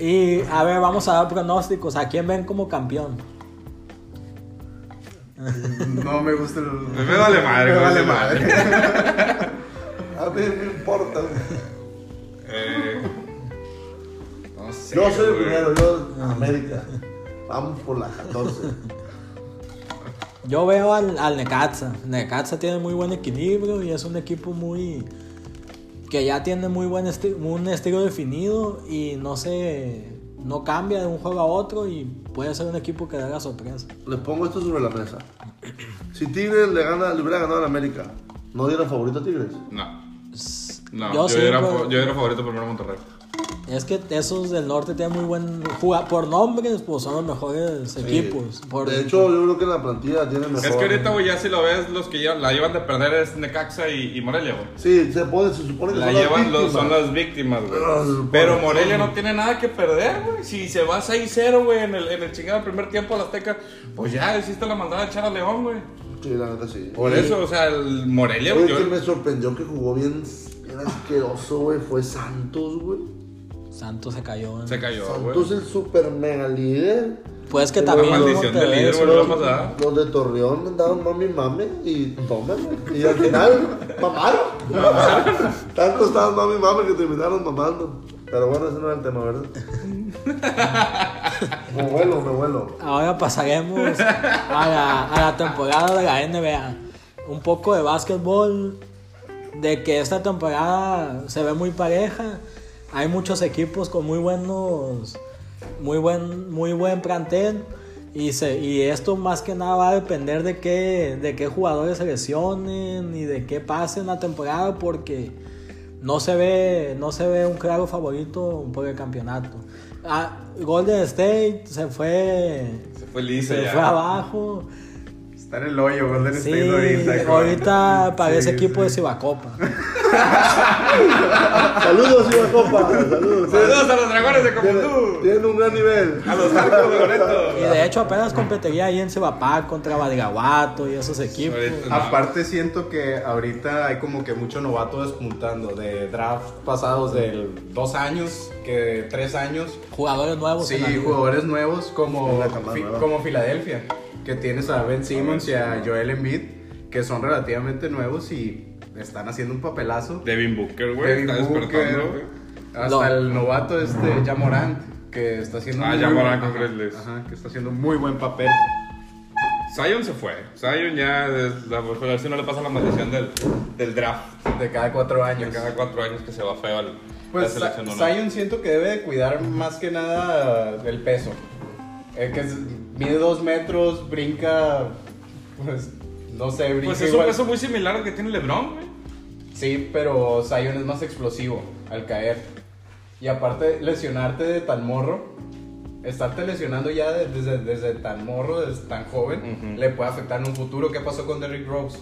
Speaker 2: Y a ver, vamos a dar pronósticos. ¿A quién ven como campeón?
Speaker 4: No me gusta el.
Speaker 1: Pues Me vale madre,
Speaker 4: Me
Speaker 1: me
Speaker 4: vale
Speaker 1: vale
Speaker 4: madre.
Speaker 3: A mí no me importa, güey.
Speaker 1: Eh, no sé.
Speaker 3: Yo soy el
Speaker 1: güey.
Speaker 3: primero, yo América. Vamos por la 14.
Speaker 2: Yo veo al, al Necaxa. Necaxa tiene muy buen equilibrio y es un equipo muy. que ya tiene muy buen esti- un estilo definido y no se. no cambia de un juego a otro y puede ser un equipo que da la sorpresa.
Speaker 3: Les pongo esto sobre la mesa. Si Tigres le, gana, le hubiera ganado al América, ¿No dieron favorito a Tigres?
Speaker 1: No. No,
Speaker 2: Yo
Speaker 1: yo,
Speaker 2: sí,
Speaker 1: era,
Speaker 2: pero-
Speaker 1: fa- yo era favorito primero Monterrey.
Speaker 2: Es que esos del norte tienen muy buen jugador. Por nombres, pues son los mejores equipos. Por-
Speaker 3: De hecho, yo creo que la plantilla tiene mejor.
Speaker 1: Es que ahorita, güey, ya si lo ves, los que llevan- la llevan de perder es Necaxa y, y Morelia, güey.
Speaker 3: Sí, se, puede, se supone que
Speaker 1: La
Speaker 3: son las
Speaker 1: llevan, los,
Speaker 3: víctimas.
Speaker 1: son las víctimas, güey.
Speaker 3: Ah, se supone.
Speaker 1: Pero Morelia no tiene nada que perder, güey. Si se va 6-0, güey, en el, en el chingado primer tiempo a la Azteca, pues ya hiciste la mandada de echar a León, güey.
Speaker 3: Sí, la neta sí.
Speaker 1: Por eso, o sea, el Morelia,
Speaker 3: Oye,
Speaker 1: yo-
Speaker 3: que me sorprendió que jugó bien, bien asqueroso, güey. Fue Santos, güey.
Speaker 2: Santos se cayó. ¿no?
Speaker 1: se cayó, güey.
Speaker 3: Santos el super mega líder.
Speaker 2: Pues que
Speaker 3: Fue
Speaker 2: también.
Speaker 1: maldición del
Speaker 2: Monterrey,
Speaker 1: líder,
Speaker 2: sí,
Speaker 1: güey, la pasada.
Speaker 3: Los de Torreón andaban mami mame y tómame. Y al final, mamaron. Tanto estaban mami mame que terminaron mamando. Pero bueno, ese no era el tema, ¿verdad? me vuelo, me vuelo.
Speaker 2: Ahora pasaremos a la, a la temporada de la NBA. Un poco de básquetbol, de que esta temporada se ve muy pareja. Hay muchos equipos con muy buenos, muy buen, muy buen plantel. Y, se, y esto más que nada va a depender de qué, de qué jugadores se lesionen y de qué pase en la temporada porque no se ve, no se ve un claro favorito por el campeonato. Ah, Golden State se fue,
Speaker 1: Se fue lisa
Speaker 2: se
Speaker 1: ya.
Speaker 2: fue abajo.
Speaker 4: Está en el hoyo, Golden
Speaker 2: Sí,
Speaker 4: State ahorita. cabrón.
Speaker 2: ahorita parece
Speaker 4: Sí,
Speaker 2: equipo de
Speaker 4: sí.
Speaker 2: Cibacopa.
Speaker 3: Saludos, Iba Copa. Saludos.
Speaker 1: Saludos a los dragones de Comandú.
Speaker 3: Tienen un gran nivel.
Speaker 4: Ah,
Speaker 1: A los arcos de Loreto.
Speaker 2: Y de hecho apenas competiría ahí en Cibapac contra Badiraguato y esos equipos.
Speaker 1: Ahorita-
Speaker 4: Aparte siento que ahorita hay como que mucho novato despuntando de draft pasados del dos años, que tres años.
Speaker 2: Jugadores nuevos. en la
Speaker 4: Sí,
Speaker 2: liga.
Speaker 4: jugadores nuevos como,
Speaker 3: Una camada
Speaker 4: Fi-
Speaker 3: nueva.
Speaker 4: como Filadelfia, que tienes a Ben Simmons y a Joel Embiid, que son relativamente nuevos y están haciendo un papelazo.
Speaker 1: Devin Booker, güey.
Speaker 4: Devin
Speaker 1: Está
Speaker 4: Booker,
Speaker 1: despertando, güey.
Speaker 4: Hasta
Speaker 2: No.
Speaker 4: el novato este, Jamorant, que está haciendo
Speaker 1: Ah,
Speaker 4: muy
Speaker 1: Ja Morant
Speaker 4: buen-
Speaker 1: con
Speaker 4: ajá,
Speaker 1: Grizzlies.
Speaker 4: ajá, que está haciendo muy buen papel.
Speaker 1: Zion se fue. Zion ya, es- la- a ver si no le pasa la maldición del, del draft.
Speaker 4: De cada cuatro años.
Speaker 1: Cada cuatro años que se va feo al,
Speaker 4: Pues
Speaker 1: la
Speaker 4: Sa-
Speaker 1: selección. ¿o no?
Speaker 4: Zion siento que debe de cuidar más que nada el peso. El que es- mide dos metros, brinca, pues no sé, brinca
Speaker 1: Pues es un
Speaker 4: igual.
Speaker 1: peso muy similar al que tiene LeBron, güey.
Speaker 4: Sí, pero Zion es más explosivo al caer. Y aparte, lesionarte de tan morro, estarte lesionando ya de- desde, desde tan morro, desde tan joven,
Speaker 1: Ujú.
Speaker 4: le puede afectar en un futuro. ¿Qué pasó con Derrick Rose?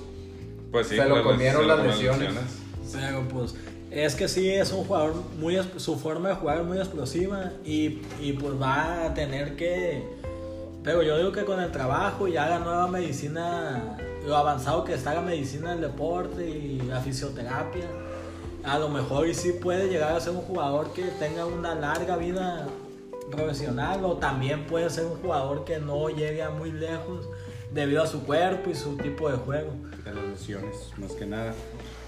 Speaker 1: Pues sí.
Speaker 4: se lo
Speaker 1: las-
Speaker 4: comieron
Speaker 1: se
Speaker 4: las
Speaker 1: lo comieron
Speaker 4: lesiones.
Speaker 2: Pero pues es que sí, es un jugador muy... es- Su forma de jugar es muy explosiva y, y, pues va a tener que... Pero yo digo que con el trabajo y ya la nueva medicina, lo avanzado que está la medicina del deporte y la fisioterapia, a lo mejor y sí puede llegar a ser un jugador que tenga una larga vida profesional o también puede ser un jugador que no llegue a muy lejos debido a su cuerpo y su tipo de juego.
Speaker 4: De las lesiones, más que nada.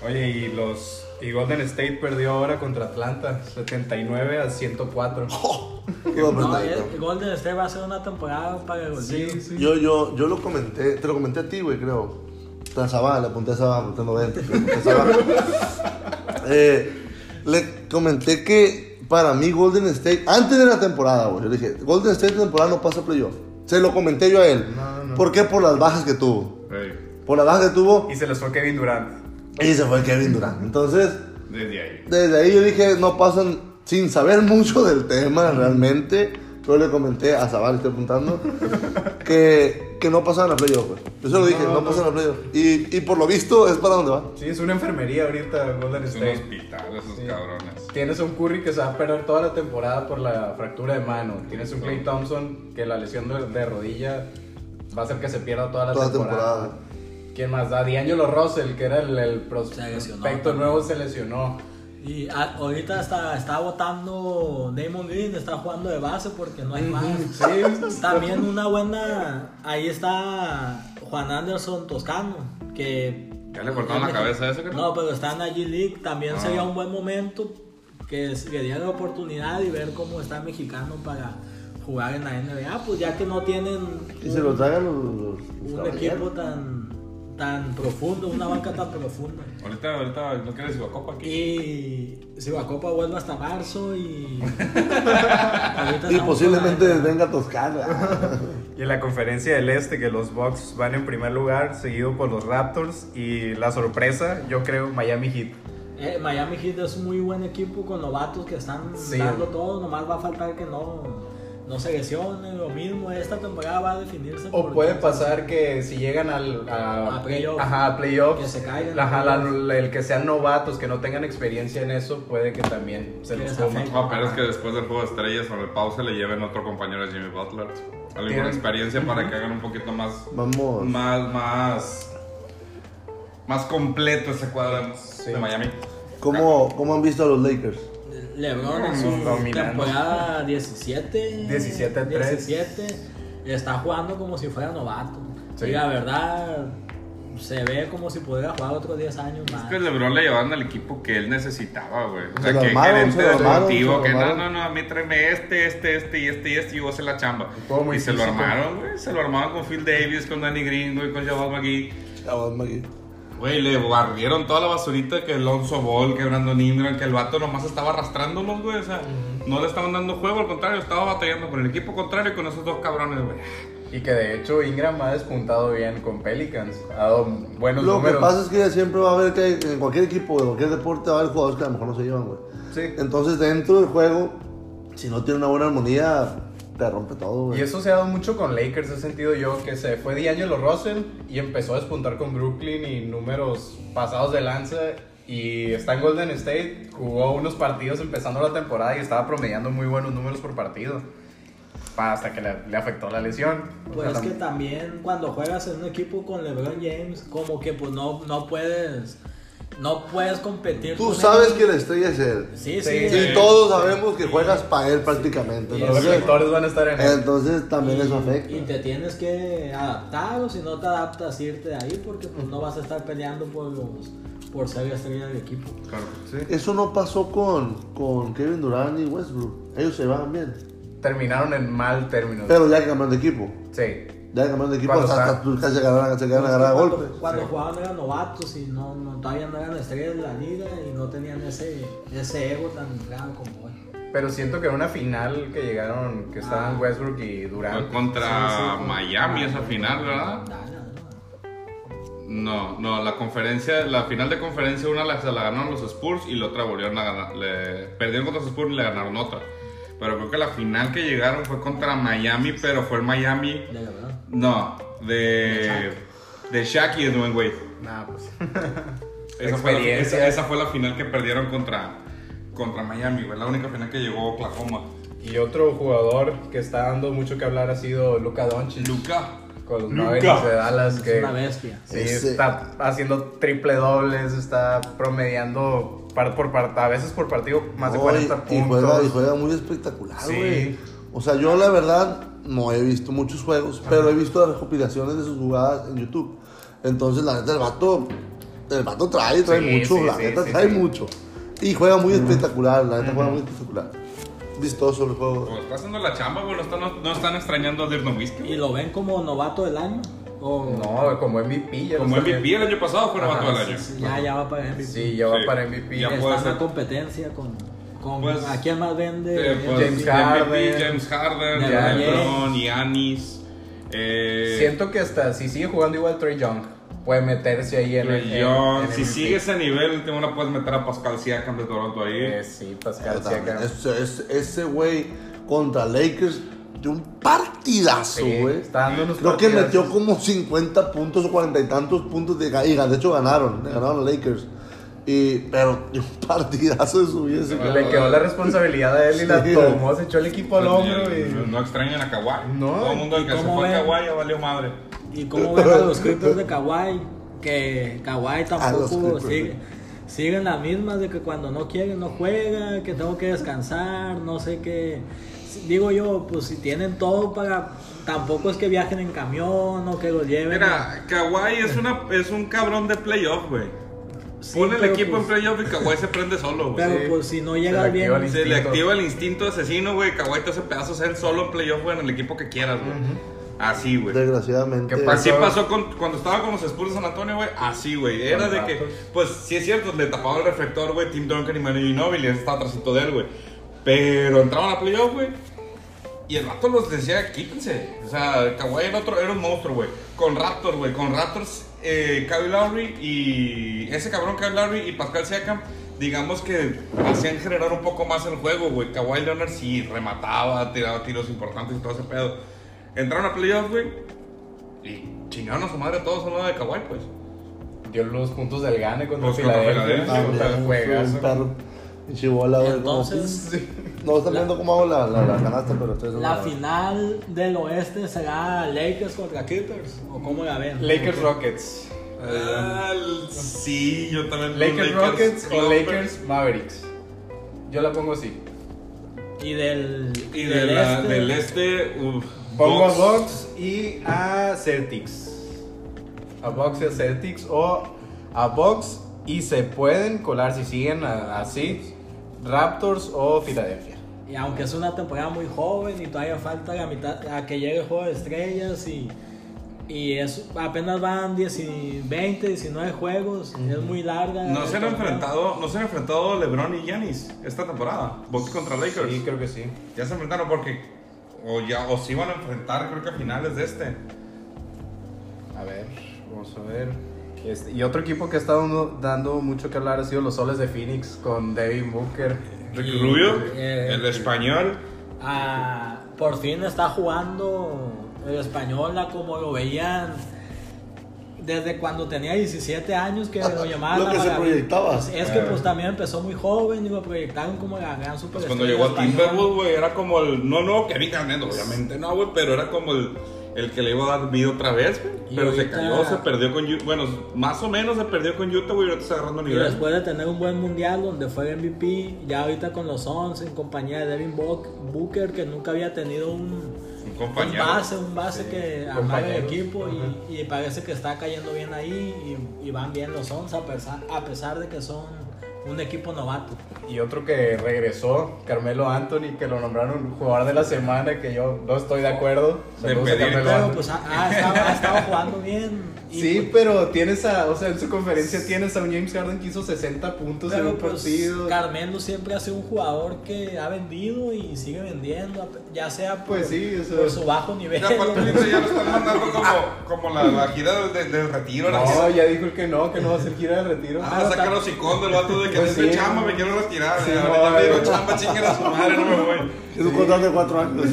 Speaker 4: Oye, y los y Golden State perdió ahora contra Atlanta, 79 a 104.
Speaker 3: Todo
Speaker 2: No,
Speaker 3: apretadito.
Speaker 2: el Golden State va a ser una temporada para el
Speaker 4: Pues, Sí,
Speaker 2: olvido.
Speaker 4: sí.
Speaker 3: Yo, yo, yo lo comenté, te lo comenté a ti, güey, creo. Tan Sabá, le apunté a Sabá, usted no ve. le apunté a Sabá. Eh, le comenté que para mí Golden State, antes de la temporada, güey, yo le dije, Golden State temporada no pasa playoff. Se lo comenté yo a él.
Speaker 4: No, no.
Speaker 3: ¿Por qué? Por las bajas que tuvo.
Speaker 1: Ey,
Speaker 3: Por las bajas que tuvo
Speaker 4: Y se les fue Kevin Durant.
Speaker 3: y se fue Kevin Durant. Entonces,
Speaker 1: Desde ahí.
Speaker 3: desde ahí yo dije, no pasan sin saber mucho del tema realmente. Yo le comenté a Zaval, estoy apuntando, que, que no pasan a playoff, güey. Yo se lo dije, no, pasan a playoff. Y, y por lo visto es para donde va.
Speaker 4: Sí, es una enfermería ahorita Golden
Speaker 1: Es un
Speaker 4: State.
Speaker 1: hospital, esos
Speaker 4: Sí.
Speaker 1: cabrones.
Speaker 4: Tienes a un Curry que se va a perder toda la temporada por la fractura de mano. Tienes a un Clay Thompson que la lesión de, de rodilla va a hacer que se pierda toda la
Speaker 3: Toda la
Speaker 4: temporada.
Speaker 3: temporada.
Speaker 4: ¿Quién más? A D'Angelo Russell, que era el, el
Speaker 2: Se lesionó
Speaker 4: prospecto
Speaker 2: también.
Speaker 4: nuevo, se lesionó.
Speaker 2: Y a- ahorita está, está votando Damon Green, está jugando de base porque no hay más.
Speaker 4: Sí.
Speaker 2: También una buena. Ahí está Juan Anderson Toscano, que.
Speaker 1: Ya le cortaron la cabeza a ese, creo.
Speaker 2: No, pero está en la G League. También
Speaker 1: Ah.
Speaker 2: sería un buen momento que se- le dieran la oportunidad y ver cómo está el mexicano para jugar en la NBA. Pues ya que no tienen.
Speaker 3: Y se
Speaker 2: un-
Speaker 3: lo traigan los, los, los
Speaker 2: un
Speaker 3: caballeros.
Speaker 2: equipo tan, tan profundo, una banca tan profunda.
Speaker 1: Ahorita, ahorita, ¿no quieres Copa aquí?
Speaker 2: Y Copa vuelve hasta marzo y.
Speaker 3: Y posiblemente venga Toscana.
Speaker 5: Y en la conferencia del este, que los Bucks van en primer lugar, seguido por los Raptors. Y la sorpresa, yo creo, Miami Heat.
Speaker 2: Eh, Miami Heat es un muy buen equipo con novatos que están
Speaker 4: Sí.
Speaker 2: dando todo, nomás va a faltar que no, no se lesione, lo mismo, esta temporada va a definirse.
Speaker 4: O
Speaker 2: por
Speaker 4: puede
Speaker 2: quién
Speaker 4: pasar que si llegan al, a,
Speaker 2: A playoff.
Speaker 4: Ajá, a playoffs,
Speaker 2: Que se caigan.
Speaker 4: Ajá, la- la- el que sean novatos, que no tengan experiencia en eso, puede que también se
Speaker 2: Que
Speaker 4: los
Speaker 2: les
Speaker 4: coman.
Speaker 2: afecte.
Speaker 1: No, pero es que después del juego de estrellas o el pausa le lleven otro compañero a Jimmy Butler. Alguna
Speaker 4: Tienen- Pues.
Speaker 1: experiencia para que hagan un poquito más.
Speaker 3: Vamos.
Speaker 1: Más, más. Más completo ese cuadro de Miami.
Speaker 3: ¿Cómo, ¿Cómo han visto a los Lakers?
Speaker 2: LeBron en
Speaker 5: Mm,
Speaker 2: su
Speaker 5: dominando.
Speaker 2: temporada 17.
Speaker 4: 17-3.
Speaker 2: 17, Está jugando como si fuera novato.
Speaker 4: Sí.
Speaker 2: Y la verdad, se ve como si pudiera jugar otros 10 años más.
Speaker 1: Es que LeBron le llevaron al equipo que él necesitaba, güey. O
Speaker 3: Se
Speaker 1: sea,
Speaker 3: lo
Speaker 1: que
Speaker 3: armaron,
Speaker 1: gerente
Speaker 3: se lo armaron, se
Speaker 1: deportivo,
Speaker 3: lo
Speaker 1: que no,
Speaker 3: armaron.
Speaker 1: no, no, a mí tráeme este, este, este y este y este y vos en la chamba.
Speaker 4: juego muy
Speaker 1: Y se lo
Speaker 4: físico.
Speaker 1: armaron, güey. Se lo armaron con Phil Davis, con Danny Green, güey, con Javon McGee.
Speaker 3: Chavos, Magui.
Speaker 1: Güey, le barrieron toda la basurita que Alonso Ball, que Brandon Ingram, que el vato nomás estaba arrastrándolos, güey. O sea, no le estaban dando juego, al contrario, estaba batallando con el equipo contrario y con esos dos cabrones, güey.
Speaker 4: Y que de hecho Ingram ha despuntado bien con Pelicans. Ha dado buenos
Speaker 3: Lo que
Speaker 4: números.
Speaker 3: pasa es que siempre va a haber que en cualquier equipo, en cualquier deporte, va a haber jugadores que a lo mejor no se llevan, güey.
Speaker 4: Sí.
Speaker 3: Entonces, dentro del juego, si no tiene una buena armonía, te rompe todo, güey.
Speaker 4: Y eso se ha dado mucho con Lakers, he sentido yo que se fue D'Angelo Russell y empezó a despuntar con Brooklyn y números pasados de lanza. Y está en Golden State, jugó unos partidos empezando la temporada y estaba promediando muy buenos números por partido. Pa- Hasta que le, le afectó la lesión. O
Speaker 2: Pues
Speaker 4: sea,
Speaker 2: es que
Speaker 4: tam-
Speaker 2: también cuando juegas en un equipo con LeBron James, como que pues no, no puedes no puedes competir.
Speaker 3: Tú
Speaker 2: con él.
Speaker 3: sabes que la estrella es él.
Speaker 2: Sí, sí.
Speaker 4: Sí,
Speaker 3: Y
Speaker 4: sí.
Speaker 2: eh,
Speaker 3: todos sabemos que juegas para él prácticamente.
Speaker 2: Sí.
Speaker 4: los
Speaker 3: Entonces,
Speaker 4: reflectores van a estar en él.
Speaker 3: entonces también eso afecta.
Speaker 2: Y te tienes que adaptar o si no te adaptas irte de ahí porque pues, no vas a estar peleando por los por ser la estrella del equipo.
Speaker 1: Claro.
Speaker 3: Eso no pasó con, con Kevin Durant y Westbrook. Ellos se van bien.
Speaker 4: Terminaron en mal término.
Speaker 3: Pero ya que cambiaron de equipo.
Speaker 4: Sí.
Speaker 3: Ya que cambiaron de equipo
Speaker 4: Cuando
Speaker 3: hasta,
Speaker 4: está-
Speaker 3: hasta tú casi agarraron- se quedaron a agarrar a
Speaker 2: cuando
Speaker 3: golpes.
Speaker 2: cuando jugaban eran novatos y no, no- todavía no eran estrellas de la liga y no tenían ese, ese ego tan grande como hoy.
Speaker 4: Pero siento que era una final que llegaron, que estaban
Speaker 2: Ah.
Speaker 4: Westbrook y
Speaker 1: Fue
Speaker 4: Durant.
Speaker 1: contra
Speaker 4: Sí, sí, fue-
Speaker 1: Miami esa final, ¿verdad?
Speaker 2: Dallas, ¿no?
Speaker 1: No, no, la conferencia, la final de conferencia una la, se la ganaron los Spurs y la otra volvieron a ganar, le perdieron contra los Spurs y le ganaron otra. Pero creo que la final que llegaron fue contra Miami, pero fue el Miami,
Speaker 2: De LeBron.
Speaker 1: no, de, de Shaq y de Dwayne Wade.
Speaker 4: Nah, pues.
Speaker 1: Esa fue, la,
Speaker 4: Experiencia.
Speaker 1: esa- esa fue la final que perdieron contra, contra Miami, güey, la única final que llegó Oklahoma.
Speaker 4: Y otro jugador que está dando mucho que hablar ha sido Luka Doncic
Speaker 1: Luca,
Speaker 4: con los
Speaker 1: Luka.
Speaker 4: Mavericks de Dallas
Speaker 2: Es
Speaker 4: que
Speaker 2: una bestia.
Speaker 4: sí,
Speaker 3: Ese.
Speaker 4: está haciendo triple dobles, está promediando par por par, a veces por partido más de
Speaker 3: No,
Speaker 4: 40
Speaker 3: y, y juega, y
Speaker 4: puntos.
Speaker 3: juega muy espectacular,
Speaker 4: Sí.
Speaker 3: güey. O sea, yo la verdad no he visto muchos juegos, pero he visto las recopilaciones de sus jugadas en YouTube. Entonces, la neta, el vato, el vato trae, trae
Speaker 4: Sí,
Speaker 3: mucho,
Speaker 4: sí,
Speaker 3: la
Speaker 4: sí,
Speaker 3: neta
Speaker 4: sí,
Speaker 3: trae
Speaker 4: sí.
Speaker 3: mucho. Y juega muy espectacular, la neta juega muy espectacular. Vistoso el juego.
Speaker 1: pues, está haciendo la chamba, güey, no están, no, no están extrañando a Dirk Whiskey.
Speaker 2: ¿Y lo ven como novato del año? O
Speaker 4: No, como MVP ya lo
Speaker 1: Como
Speaker 4: está
Speaker 1: MVP el año pasado fue
Speaker 4: Ajá,
Speaker 1: novato del
Speaker 4: sí,
Speaker 1: año.
Speaker 2: ya, ya va para MVP.
Speaker 4: viendo. Sí, ya va
Speaker 1: Sí.
Speaker 4: para MVP.
Speaker 1: Ya
Speaker 2: Está
Speaker 1: puede
Speaker 2: en
Speaker 1: ser.
Speaker 2: la competencia con, con
Speaker 1: Pues,
Speaker 2: a quién más vende.
Speaker 1: Eh, pues,
Speaker 4: James
Speaker 1: James
Speaker 4: Harden.
Speaker 1: Harden, James Harden,
Speaker 2: LeBron
Speaker 1: LeBron, Giannis, eh,
Speaker 4: Siento que hasta si sigue jugando igual Trey Young puede meterse ahí en el
Speaker 1: Trae
Speaker 4: en-
Speaker 1: Young.
Speaker 4: en
Speaker 1: Si
Speaker 4: MVP.
Speaker 1: sigue ese nivel, te la puedes meter a Pascal Siakam de Toronto ahí.
Speaker 4: Eh, sí, Pascal
Speaker 3: Pero también,
Speaker 4: Siakam.
Speaker 3: ese- ese- Ese güey contra Lakers de un partidazo,
Speaker 4: Sí,
Speaker 3: güey.
Speaker 4: está dando unos
Speaker 3: Creo que metió
Speaker 4: partidazos.
Speaker 3: como 50 puntos o 40 y tantos puntos de gaiga. De hecho, ganaron. le Ganaron los Lakers. Y, pero un partidazo de su vida. ese
Speaker 1: Le-
Speaker 3: cabrón.
Speaker 4: Le quedó la responsabilidad a él y la
Speaker 3: Sí.
Speaker 4: tomó, se echó el equipo al
Speaker 1: Pues,
Speaker 4: hombro
Speaker 1: eh,
Speaker 4: y...
Speaker 1: No extrañan a Kawhi.
Speaker 4: No,
Speaker 1: Todo el mundo
Speaker 2: ¿y
Speaker 1: que se
Speaker 2: cómo
Speaker 1: fue a
Speaker 2: ven?
Speaker 1: Kawhi ya valió madre.
Speaker 2: ¿Y cómo ven a los Clippers de Kawhi? Que Kawhi
Speaker 3: los
Speaker 2: tampoco
Speaker 3: Clippers,
Speaker 2: sigue. Siguen las mismas de que cuando no quiere no juega, que tengo que descansar, no sé qué. Digo yo, pues si tienen todo para... Tampoco es que viajen en camión o que lo lleven. a-
Speaker 1: Mira, Kawhi es, una, es un cabrón de playoff, güey.
Speaker 2: Sí,
Speaker 1: Pone el
Speaker 2: pero,
Speaker 1: equipo
Speaker 2: pues,
Speaker 1: en playoff y Kawhi se prende solo, güey.
Speaker 2: Pero
Speaker 4: Sí.
Speaker 2: pues si no
Speaker 4: Se
Speaker 2: llega
Speaker 4: le
Speaker 2: bien...
Speaker 4: activa el
Speaker 1: Se le
Speaker 4: instinto.
Speaker 1: activa el instinto asesino, güey. Kawhi te hace pedazos él solo en playoff, güey, en el equipo que quieras, güey. Así, güey.
Speaker 3: Desgraciadamente.
Speaker 4: ¿Qué
Speaker 1: Así
Speaker 4: pasó?
Speaker 1: pasó con- cuando estaba con los Spurs de San Antonio, güey. Así, güey. Era
Speaker 4: Con
Speaker 1: de que,
Speaker 4: Raptors.
Speaker 1: pues sí es cierto, le tapaban el reflector, güey, Tim Duncan y Manu Ginóbili, él estaba trasito de él, güey. Pero entraban a playoff, güey. Y el vato los decía, quítense. O sea, Kawhi era, otro, era un monstruo, güey. Con Raptors, güey. Con Raptors, eh, Kyle Lowry y. Ese cabrón Kyle Lowry y Pascal Siakam, digamos que hacían generar un poco más el juego, güey. Kawhi Leonard sí remataba, tiraba tiros importantes y todo ese pedo. Entraron a playoff, güey. Y chingaron a su madre todos al lado de Kawhi, pues.
Speaker 4: Dio los puntos del Gane contra
Speaker 1: Pues contra
Speaker 4: Filadelfia.
Speaker 1: Filadelfia.
Speaker 4: O sea,
Speaker 3: También,
Speaker 4: juegazo.
Speaker 3: un perro. Y chibola, güey.
Speaker 2: Entonces,
Speaker 3: como- No están viendo cómo hago la, la, la canasta, pero estoy
Speaker 2: la final del oeste será Lakers contra Clippers. ¿O cómo la ven?
Speaker 4: Lakers Rockets.
Speaker 1: Ah, sí, yo también.
Speaker 4: Eh, Lakers Rockets o
Speaker 1: Clippers.
Speaker 4: Lakers Mavericks. Yo la pongo así.
Speaker 2: Y del,
Speaker 1: Y de
Speaker 2: del
Speaker 1: la-
Speaker 2: este.
Speaker 1: del este, uf,
Speaker 4: Pongo
Speaker 1: Bucks.
Speaker 4: a Bucks y a Celtics. A Bucks y a Celtics o a Bucks y se pueden colar si siguen a- así Raptors o Filadelfia.
Speaker 2: Y aunque es una temporada muy joven y todavía falta la mitad a que llegue el juego de estrellas y, y es, apenas van 10 20, 19 juegos, es muy larga.
Speaker 1: No
Speaker 2: la
Speaker 1: se han
Speaker 2: temporada.
Speaker 1: enfrentado, no se han enfrentado LeBron y Giannis esta temporada. Bucks contra Lakers.
Speaker 4: Sí, creo que sí.
Speaker 1: Ya se enfrentaron porque o ya o se iban a enfrentar creo que a finales de este.
Speaker 4: A ver, vamos a ver. Este, y otro equipo que ha estado dando- dando mucho que hablar ha sido los Soles de Phoenix con Devin Booker.
Speaker 1: Ricky Rubio,
Speaker 2: eh,
Speaker 1: el español.
Speaker 2: Ah, por fin está jugando el española como lo veían desde cuando tenía 17 años que lo llamaban
Speaker 3: Lo
Speaker 2: la
Speaker 3: que se
Speaker 2: maravilla.
Speaker 3: proyectaba.
Speaker 2: Pues es que
Speaker 1: Eh.
Speaker 2: pues también empezó muy joven y lo proyectaron como la gran
Speaker 1: Pues
Speaker 2: superestrella
Speaker 1: cuando llegó a
Speaker 2: española.
Speaker 1: Timberwolves, güey, era como el no no que ahorita ganando, obviamente no, güey, pero era como el el que le iba a dar vida otra vez, güey.
Speaker 2: Y
Speaker 1: Pero se
Speaker 2: ahorita-
Speaker 1: cayó, se perdió con Utah. Bueno, más o menos se perdió con Utah, güey, y ahorita está agarrando
Speaker 2: Y
Speaker 1: nivel.
Speaker 2: después de tener un buen mundial donde fue el MVP, ya ahorita con los 11 en compañía de Devin Bo- Booker que nunca había tenido un,
Speaker 1: un
Speaker 2: un
Speaker 1: compañero.
Speaker 2: base, un base que armara el
Speaker 4: compañeros.
Speaker 2: equipo y, y parece que está cayendo bien ahí y, y van bien los 11 a pesar, a pesar de que son un equipo novato.
Speaker 4: Y otro que regresó, Carmelo Anthony, que lo nombraron jugador de la semana, que yo no estoy de acuerdo.
Speaker 1: De
Speaker 4: Saludos a
Speaker 1: pedir,
Speaker 4: Carmelo
Speaker 2: Pero
Speaker 4: Anthony.
Speaker 2: pues ha, ha estado, ha estado jugando bien. y, pues,
Speaker 4: Sí, pues, pero tienes a, o sea, en su conferencia tienes a un James Harden que hizo 60 puntos en
Speaker 2: Pero
Speaker 4: un
Speaker 2: pues,
Speaker 4: partido.
Speaker 2: Carmelo siempre ha sido un jugador que ha vendido y sigue vendiendo, ya sea por,
Speaker 4: Pues sí, o sea.
Speaker 2: por su bajo nivel.
Speaker 1: Ya, aparte, pues, ahorita ya lo están mandando como, como la, la gira de- del retiro. la gira-
Speaker 4: No, ya dijo el que no, que no va a hacer gira de retiro.
Speaker 1: Ah, saca los hocicones, el vato de que
Speaker 4: Pues
Speaker 1: no es
Speaker 4: sí.
Speaker 1: de chamba, me quiero retirar.
Speaker 4: Sí,
Speaker 1: y ahora
Speaker 4: no,
Speaker 1: ya me digo
Speaker 4: güey.
Speaker 1: chamba, chinguen a su madre, no me voy.
Speaker 3: Es un contrato de cuatro años.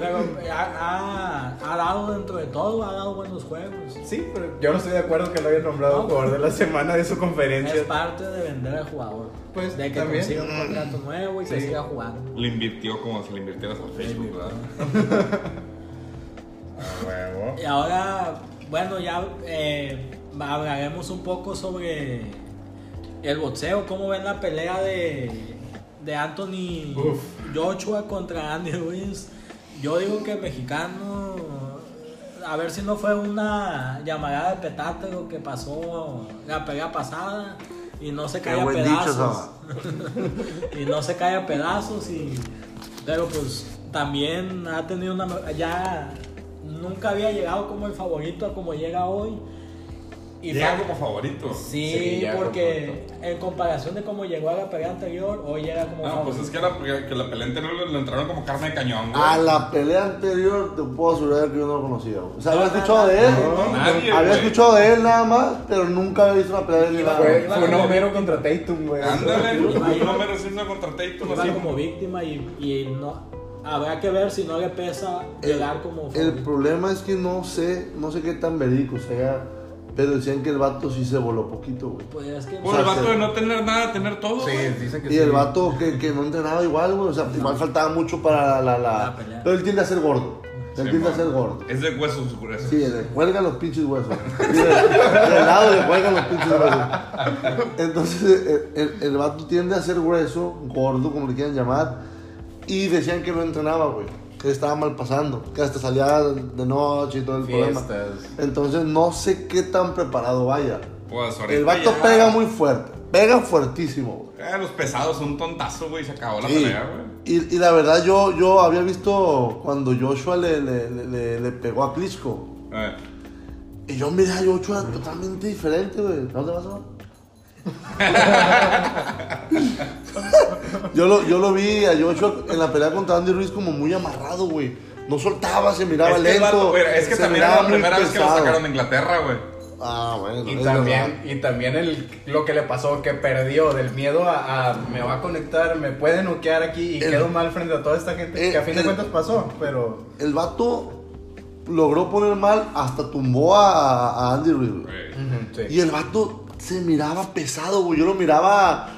Speaker 2: Pero ha, ha- ha dado dentro de todo, ha dado buenos juegos.
Speaker 4: Sí, pero yo no estoy de acuerdo que lo hayan nombrado
Speaker 2: No.
Speaker 4: jugador de la semana de su
Speaker 2: Es
Speaker 4: conferencia.
Speaker 2: parte de vender al jugador.
Speaker 4: Pues,
Speaker 2: de que
Speaker 4: también.
Speaker 2: consiga un contrato nuevo y que
Speaker 4: Sí.
Speaker 2: siga jugando.
Speaker 1: Le invirtió como si le invirtieras a Facebook, ¿verdad? A huevo.
Speaker 2: Y ahora, bueno, ya eh, hablaremos un poco sobre el boxeo. ¿Cómo ven la pelea de, de Anthony
Speaker 4: Uf.
Speaker 2: Joshua contra Andy Ruiz? Yo digo que el mexicano, a ver si no fue una llamada de petate lo que pasó la pelea pasada y no se
Speaker 3: Qué
Speaker 2: cae a
Speaker 3: buen dicho,
Speaker 2: pedazos.
Speaker 3: Saba.
Speaker 2: y no se cae a pedazos y pero pues también ha tenido una ya nunca había llegado como el favorito a como llega hoy y
Speaker 1: Llega
Speaker 2: fa-
Speaker 1: como favorito.
Speaker 2: sí,
Speaker 4: Sí, llega como
Speaker 2: porque en comparación de cómo llegó a la pelea anterior hoy llega como
Speaker 1: No, pues
Speaker 2: favorito
Speaker 1: es que la, que la pelea anterior le, le entraron como carne de cañón, güey.
Speaker 3: A la pelea anterior te puedo asegurar que yo no lo conocía. güey. O sea, había
Speaker 2: No,
Speaker 3: escuchado
Speaker 2: nada,
Speaker 3: de él.
Speaker 1: No, nadie,
Speaker 3: Había
Speaker 1: güey.
Speaker 3: escuchado de él nada más, pero nunca había visto una pelea de él. ni
Speaker 2: Iba-
Speaker 3: nada.
Speaker 4: Fue, fue un Homero contra Tatum, güey.
Speaker 1: Ándale,
Speaker 2: Iba-
Speaker 1: no merecí una contra Tatum
Speaker 2: Iba
Speaker 1: así.
Speaker 2: como víctima y, y no habrá que ver si no le pesa llegar como
Speaker 3: Eh, El
Speaker 2: favorito.
Speaker 3: problema es que no sé, no sé qué tan verídico sea, pero decían que el vato sí se voló poquito, güey.
Speaker 2: Pues es que
Speaker 1: Por el vato de no tener nada, tener todo,
Speaker 4: Sí,
Speaker 1: güey.
Speaker 4: dicen que
Speaker 3: Y el
Speaker 4: sí.
Speaker 3: vato que, que no entrenaba igual, güey. O sea, igual faltaba mucho para la. la- la-
Speaker 2: La pelea.
Speaker 3: Pero él tiende a ser gordo. Él tiende a ser gordo.
Speaker 1: Es de huesos gruesos.
Speaker 3: Sí, le cuelgan los pinches huesos. Sí, de, de lado le cuelgan los pinches huesos. Entonces, el, el- el vato tiende a ser grueso, gordo, como le quieran llamar. Y decían que no entrenaba, güey. Que estaba mal pasando. Que hasta salía de noche y todo el
Speaker 4: este,
Speaker 3: problema.
Speaker 4: Fiestas.
Speaker 3: Entonces, no sé qué tan preparado vaya.
Speaker 1: Pues ahorita
Speaker 3: El vato
Speaker 1: ya-
Speaker 3: pega muy fuerte. pega fuertísimo, güey.
Speaker 1: Eh, los pesados son un tontazo, güey. Se acabó la
Speaker 3: Sí.
Speaker 1: pelea, güey.
Speaker 3: Y, y la verdad, yo, yo había visto cuando Joshua le, le, le- le- le pegó a Klitschko.
Speaker 1: Eh.
Speaker 3: Y yo miré a Joshua totalmente diferente, güey. ¿No te vas a yo, lo, yo lo vi a Joshua en la pelea contra Andy Ruiz como muy amarrado, güey. No soltaba, se miraba
Speaker 1: Es que, el
Speaker 3: lento.
Speaker 1: vato, güey, es que
Speaker 3: se
Speaker 1: también
Speaker 3: miraba
Speaker 1: era la
Speaker 3: muy
Speaker 1: primera vez que lo
Speaker 3: pesado.
Speaker 1: sacaron de Inglaterra, güey.
Speaker 3: Ah, bueno.
Speaker 4: Y
Speaker 3: es
Speaker 4: también,
Speaker 3: verdad.
Speaker 4: y también el, lo que le pasó, que perdió del miedo a, a, me va a conectar, me puede noquear aquí y
Speaker 3: El-
Speaker 4: quedo mal frente a toda esta gente,
Speaker 3: Eh,
Speaker 4: que a fin de
Speaker 3: el-
Speaker 4: cuentas pasó, pero
Speaker 3: El vato logró poner mal, hasta tumbó a, a Andy Ruiz, güey.
Speaker 1: Güey.
Speaker 4: ujú, sí.
Speaker 3: Y el vato se miraba pesado, güey. Yo lo miraba.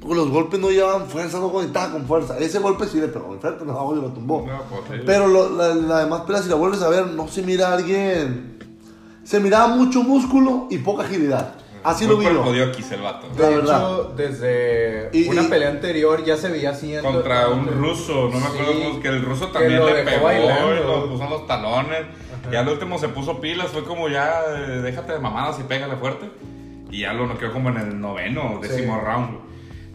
Speaker 3: Porque los golpes no llevaban fuerza, no conectaba con fuerza. Ese golpe sí le pegó en frente, no abajo y lo tumbó.
Speaker 1: No, pues, sí.
Speaker 3: Pero lo- la, la demás pelea, si la vuelves a ver, no se mira a alguien. Se miraba mucho músculo y poca agilidad. Así lo
Speaker 1: Muy
Speaker 3: vi yo.
Speaker 1: perjudioquis el vato.
Speaker 4: de
Speaker 3: la
Speaker 4: hecho,
Speaker 3: verdad.
Speaker 4: desde
Speaker 3: Y-
Speaker 4: una
Speaker 3: y-
Speaker 4: pelea anterior ya se veía así
Speaker 1: Contra un ruso, no me acuerdo
Speaker 4: Sí.
Speaker 1: cómo, que el ruso también
Speaker 4: lo
Speaker 1: le
Speaker 4: dejó
Speaker 1: pegó
Speaker 4: bailando.
Speaker 1: y lo puso en los talones. Y al último se puso pilas, fue como ya, eh, déjate de mamadas y pégale fuerte. Y ya lo noqueó como en el noveno, décimo
Speaker 4: Sí.
Speaker 1: round. güey.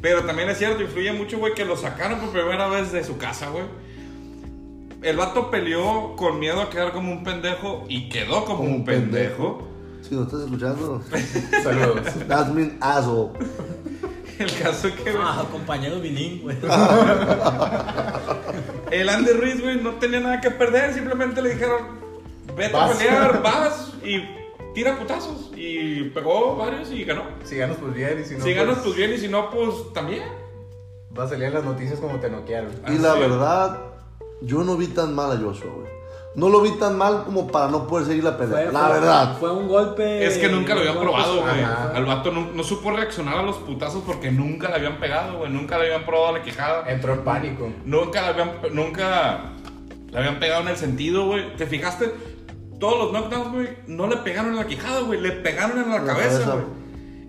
Speaker 1: Pero también es cierto, influye mucho, güey, que lo sacaron por primera vez de su casa, güey. El vato peleó con miedo a quedar como un pendejo y quedó como, un pendejo.
Speaker 3: Si no estás escuchando,
Speaker 4: Saludos.
Speaker 3: that's mean asshole.
Speaker 1: El caso que, güey,
Speaker 2: Ah, compañero bilingüe.
Speaker 3: Ah,
Speaker 1: El Andy Ruiz, güey, no tenía nada que perder. Simplemente le dijeron, vete
Speaker 4: Vas.
Speaker 1: a pelear, vas y tira putazos. Y pegó varios y ganó.
Speaker 4: Si ganas, pues bien, y si no,
Speaker 1: si ganas, pues
Speaker 4: pues
Speaker 1: bien, y si no, pues también.
Speaker 4: va a salir en las noticias como te noquearon.
Speaker 3: Y la
Speaker 1: Así es.
Speaker 3: verdad, yo no vi tan mal a Joshua, güey. No lo vi tan mal como para no poder seguir la pelea.
Speaker 2: Fue-
Speaker 3: la
Speaker 2: fue-
Speaker 3: verdad.
Speaker 2: Fue un golpe.
Speaker 1: Es que nunca lo habían
Speaker 2: un golpe
Speaker 1: probado, güey.
Speaker 4: Eh, pues, Ajá.
Speaker 1: Al vato no, no supo reaccionar a los putazos porque nunca le habían pegado, güey. Nunca le habían probado la quijada.
Speaker 4: Entró en pánico.
Speaker 1: Nunca la habían, nunca la habían pegado en el sentido, güey. ¿Te fijaste? Todos los knockdowns, güey, no le pegaron en la quijada, güey. Le pegaron en la,
Speaker 3: En la cabeza.
Speaker 1: cabeza, güey.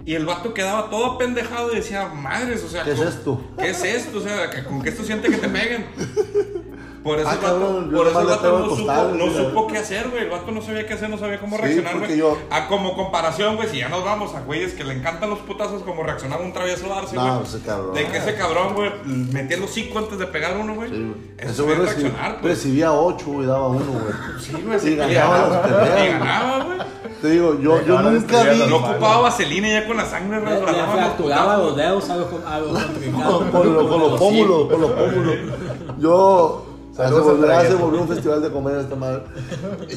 Speaker 1: Y el vato quedaba todo pendejado y decía, madres, o sea...
Speaker 3: ¿Qué es
Speaker 1: ¿con-
Speaker 3: esto?
Speaker 1: ¿Qué es esto? O sea, ¿que- ¿con qué esto siente que te peguen? Por eso
Speaker 3: Ah,
Speaker 1: el vato,
Speaker 3: cabrón, yo
Speaker 1: por eso
Speaker 3: nomás
Speaker 1: el
Speaker 3: le
Speaker 1: vato
Speaker 3: pego al
Speaker 1: no,
Speaker 3: costado,
Speaker 1: supo, no
Speaker 3: mira.
Speaker 1: supo qué hacer, güey. El vato no sabía qué hacer, no sabía cómo
Speaker 3: Sí,
Speaker 1: reaccionar,
Speaker 3: porque
Speaker 1: güey.
Speaker 3: yo-
Speaker 1: A como comparación, güey, si ya nos vamos a güeyes que le encantan los putazos, como reaccionaba un travieso Darcy,
Speaker 3: No, pues,
Speaker 1: güey.
Speaker 3: ese cabrón.
Speaker 1: De que ese cabrón, güey, metía los cinco antes de pegar uno, güey.
Speaker 3: Sí, güey. Ese
Speaker 1: Eso
Speaker 3: güey
Speaker 1: es
Speaker 3: recibi-
Speaker 1: reaccionar, güey.
Speaker 3: recibía 8 y daba 1, güey.
Speaker 1: Sí, güey,
Speaker 3: y
Speaker 1: sí,
Speaker 3: ganaba las peleas.
Speaker 1: Y ganaba, güey.
Speaker 3: Te digo, yo, yo
Speaker 4: Ahora
Speaker 3: nunca
Speaker 4: estoy
Speaker 3: vi.
Speaker 1: No
Speaker 4: hablando.
Speaker 1: ocupaba vaselina ya con la sangre
Speaker 2: Le, le
Speaker 1: resbalaba. los
Speaker 2: fracturaba
Speaker 1: putazos.
Speaker 2: los dedos a los, a los
Speaker 3: Con,
Speaker 2: contrincantes.
Speaker 3: con lo- con los
Speaker 2: Sí.
Speaker 3: pómulos, con los pómulos. Yo. Se
Speaker 4: Saludos
Speaker 3: volvió,
Speaker 4: a
Speaker 3: ya se
Speaker 4: Traviata.
Speaker 3: volvió un festival de comedia esta madre.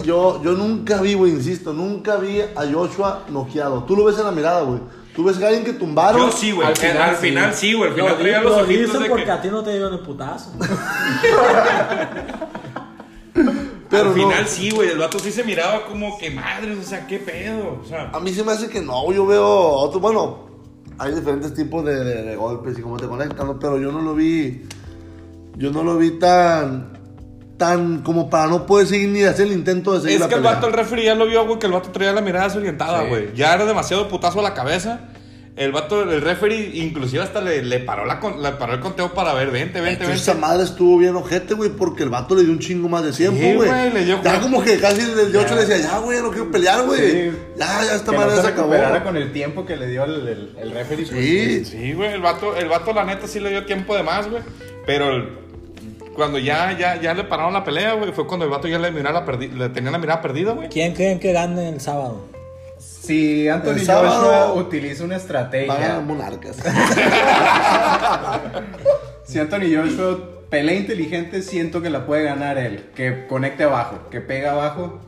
Speaker 3: Yo, yo nunca vi, güey, insisto, nunca vi a Joshua noqueado. Tú lo ves en la mirada, güey. Tú ves a alguien que tumbaron.
Speaker 1: Yo sí, güey. Eh,
Speaker 4: Al
Speaker 1: Al
Speaker 4: final
Speaker 1: final,
Speaker 4: sí.
Speaker 1: sí, güey. Al
Speaker 2: Ah, Lo,
Speaker 1: final
Speaker 2: di-
Speaker 1: traía los
Speaker 2: lo
Speaker 1: ojitos
Speaker 2: dicen
Speaker 1: de
Speaker 2: porque
Speaker 1: que.
Speaker 2: a ti no te dieron el putazo.
Speaker 3: pero
Speaker 1: al
Speaker 3: no.
Speaker 1: final sí, güey. El vato sí se miraba como que madres, o sea, qué pedo. O sea,
Speaker 3: A mí se me hace que no, yo veo otro, bueno, hay diferentes tipos de, de- de golpes y cómo te conectan, ¿no? pero yo no lo vi, yo no lo vi tan, tan como para no poder seguir ni hacer el intento de seguir
Speaker 1: es
Speaker 3: la
Speaker 1: que el
Speaker 3: pelea.
Speaker 1: vato, el referee ya lo vio, güey, que el vato traía la mirada desorientada,
Speaker 4: Sí.
Speaker 1: güey. Ya era demasiado putazo a la cabeza. El vato, el referee, inclusive hasta le, le paró la con- le paró el conteo para ver, vente,
Speaker 3: De
Speaker 1: vente,
Speaker 3: hecho,
Speaker 1: vente.
Speaker 3: esa madre estuvo bien ojete, güey, porque el vato le dio un chingo más de tiempo,
Speaker 1: Sí,
Speaker 3: güey.
Speaker 1: güey, le dio-
Speaker 3: ya como que casi desde el 8 le decía, ya, güey, no quiero pelear, güey.
Speaker 4: Sí.
Speaker 3: Ya, ya esta
Speaker 4: que
Speaker 3: madre
Speaker 4: no
Speaker 3: se
Speaker 4: se
Speaker 3: acabó.
Speaker 4: recuperara con el tiempo que le dio el, el, el referee. pues,
Speaker 3: Sí,
Speaker 1: Sí, güey, el vato, el vato, la neta, sí le dio tiempo de más, güey. Pero el- cuando ya, ya, ya le pararon la pelea, güey, fue cuando el vato ya le, miraba la perdi- le tenía la mirada perdida, güey.
Speaker 2: ¿Quién creen que gane el sábado?
Speaker 4: Si Anthony
Speaker 3: El sábado-
Speaker 4: Joshua utiliza una
Speaker 3: van a ganar
Speaker 4: estrategia,
Speaker 3: monarcas.
Speaker 4: si Anthony Joshua pelea inteligente, siento que la puede ganar él. Que conecte abajo, que pega abajo,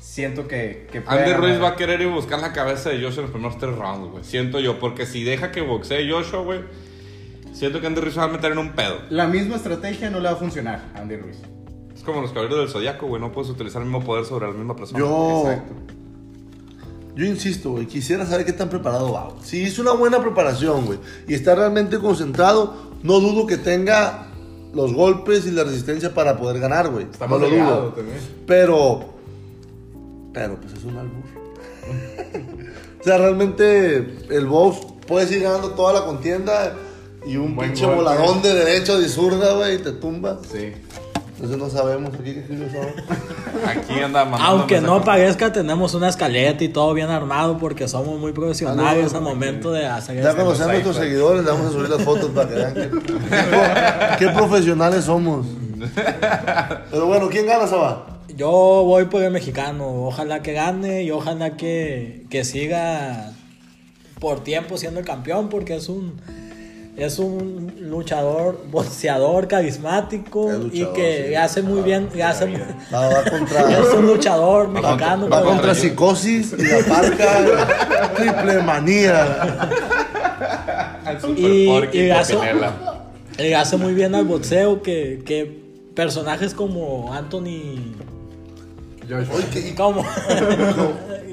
Speaker 4: siento que, que puede
Speaker 1: Andy Ruiz va
Speaker 4: ganar.
Speaker 1: a querer ir a buscar la cabeza de Joshua en los primeros tres rounds, güey. Siento yo, porque si deja que boxee Joshua, güey, siento que Andy Ruiz se va a meter en un pedo.
Speaker 4: La misma estrategia no le va a funcionar a Andy Ruiz.
Speaker 1: Es como los caballeros del zodiaco, güey, no puedes utilizar el mismo poder sobre la misma persona.
Speaker 3: Yo.
Speaker 1: Exacto.
Speaker 3: Yo insisto, güey, quisiera saber qué tan preparado va. güey. Si hizo una buena preparación, güey, y está realmente concentrado, no dudo que tenga los golpes y la resistencia para poder ganar, güey.
Speaker 4: Está
Speaker 3: No
Speaker 4: más
Speaker 3: lo
Speaker 4: delgado
Speaker 3: dudo.
Speaker 4: también.
Speaker 3: Pero. Pero, pues es un albur. o sea, realmente el box puede ir ganando toda la contienda y un
Speaker 4: Buen
Speaker 3: pinche
Speaker 4: golpe.
Speaker 3: voladón de derecho de zurda, güey, y te tumba.
Speaker 4: Sí.
Speaker 3: Entonces no sabemos aquí qué equipos son.
Speaker 1: Aquí anda mandando
Speaker 2: Aunque no
Speaker 1: mensajes.
Speaker 2: parezca, tenemos una escaleta y todo bien armado porque somos muy profesionales
Speaker 3: Ah,
Speaker 2: al
Speaker 3: no,
Speaker 2: momento de hacer
Speaker 3: Ya
Speaker 2: esto.
Speaker 3: conocemos a nuestros seguidores, le vamos a subir las fotos para que vean qué, qué profesionales somos. Pero bueno, ¿quién gana, Saba?
Speaker 2: Yo voy por el mexicano, ojalá que gane y ojalá que, que siga por tiempo siendo el campeón porque es un es un luchador, boxeador carismático
Speaker 3: Es luchador,
Speaker 2: y que
Speaker 3: sí.
Speaker 2: le hace muy bien, le hace muy-
Speaker 3: Va, va contra,
Speaker 2: es un luchador mexicano.
Speaker 3: va
Speaker 2: pero-
Speaker 3: contra psicosis y la parca triple manía.
Speaker 1: Al Super
Speaker 2: y-
Speaker 1: Porky
Speaker 2: y
Speaker 1: de
Speaker 2: gaso-
Speaker 1: Pinela.
Speaker 2: Le hace muy bien al boxeo que, que personajes como Anthony.
Speaker 4: Joshua.
Speaker 3: Oye, ¿qué-
Speaker 2: ¿Cómo?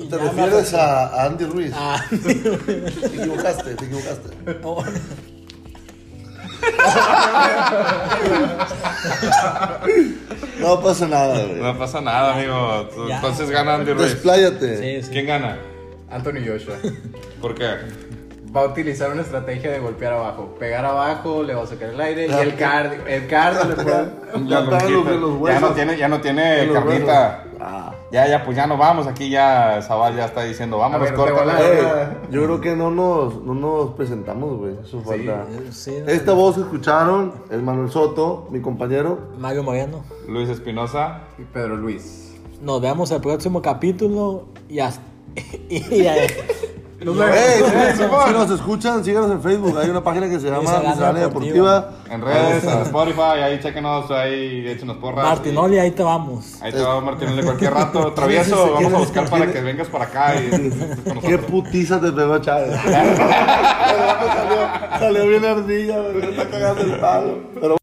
Speaker 3: ¿Te refieres a, a Andy Ruiz?
Speaker 2: Ah,
Speaker 3: Te equivocaste, te equivocaste.
Speaker 2: no.
Speaker 3: No pasa nada, güey.
Speaker 1: No pasa nada, amigo. Tú-
Speaker 2: Ya.
Speaker 1: Entonces gana Andy Ruiz.
Speaker 3: Despláyate.
Speaker 2: Sí, sí.
Speaker 1: ¿Quién gana?
Speaker 4: Anthony Joshua.
Speaker 1: ¿Por qué?
Speaker 4: Va a utilizar una estrategia de golpear abajo. Pegar abajo, le va a sacar el aire.
Speaker 3: Ah,
Speaker 4: Y el cardio. El cardio le puede.
Speaker 3: Ya pegan lo que
Speaker 1: ya
Speaker 3: los
Speaker 1: no
Speaker 3: huesos.
Speaker 1: tiene, ya no
Speaker 3: Que
Speaker 1: tiene
Speaker 3: los
Speaker 1: carnita.
Speaker 3: Ah.
Speaker 1: Ya, ya, pues ya nos vamos. Aquí ya Zabal ya está diciendo, vámonos,
Speaker 4: ver, de
Speaker 1: corta.
Speaker 4: volada.
Speaker 3: Ey, yo creo que no nos, no nos presentamos, güey. Eso falta.
Speaker 2: Sí, no.
Speaker 3: Esta voz que escucharon es Manuel Soto, mi compañero.
Speaker 2: Mario Moreno.
Speaker 1: Luis Espinosa.
Speaker 4: Y Pedro Luis.
Speaker 2: Nos vemos el próximo capítulo y hasta. y-
Speaker 3: Ey, si- si nos escuchan, síganos en Facebook. Hay una página que se llama
Speaker 2: Miscelánea
Speaker 3: Miscelánea
Speaker 2: Deportiva.
Speaker 3: Deportiva.
Speaker 1: En redes, en Spotify, ahí chequenos, ahí échenos porras.
Speaker 2: Martinoli, ahí te vamos.
Speaker 1: Y Ahí te va Martinoli cualquier rato. Travieso, vamos a buscar para que vengas para acá y estés con
Speaker 3: Qué
Speaker 1: nosotros.
Speaker 3: putiza te pegó Chávez. salió, salió bien ardilla, güey. Me está cagando el palo. Pero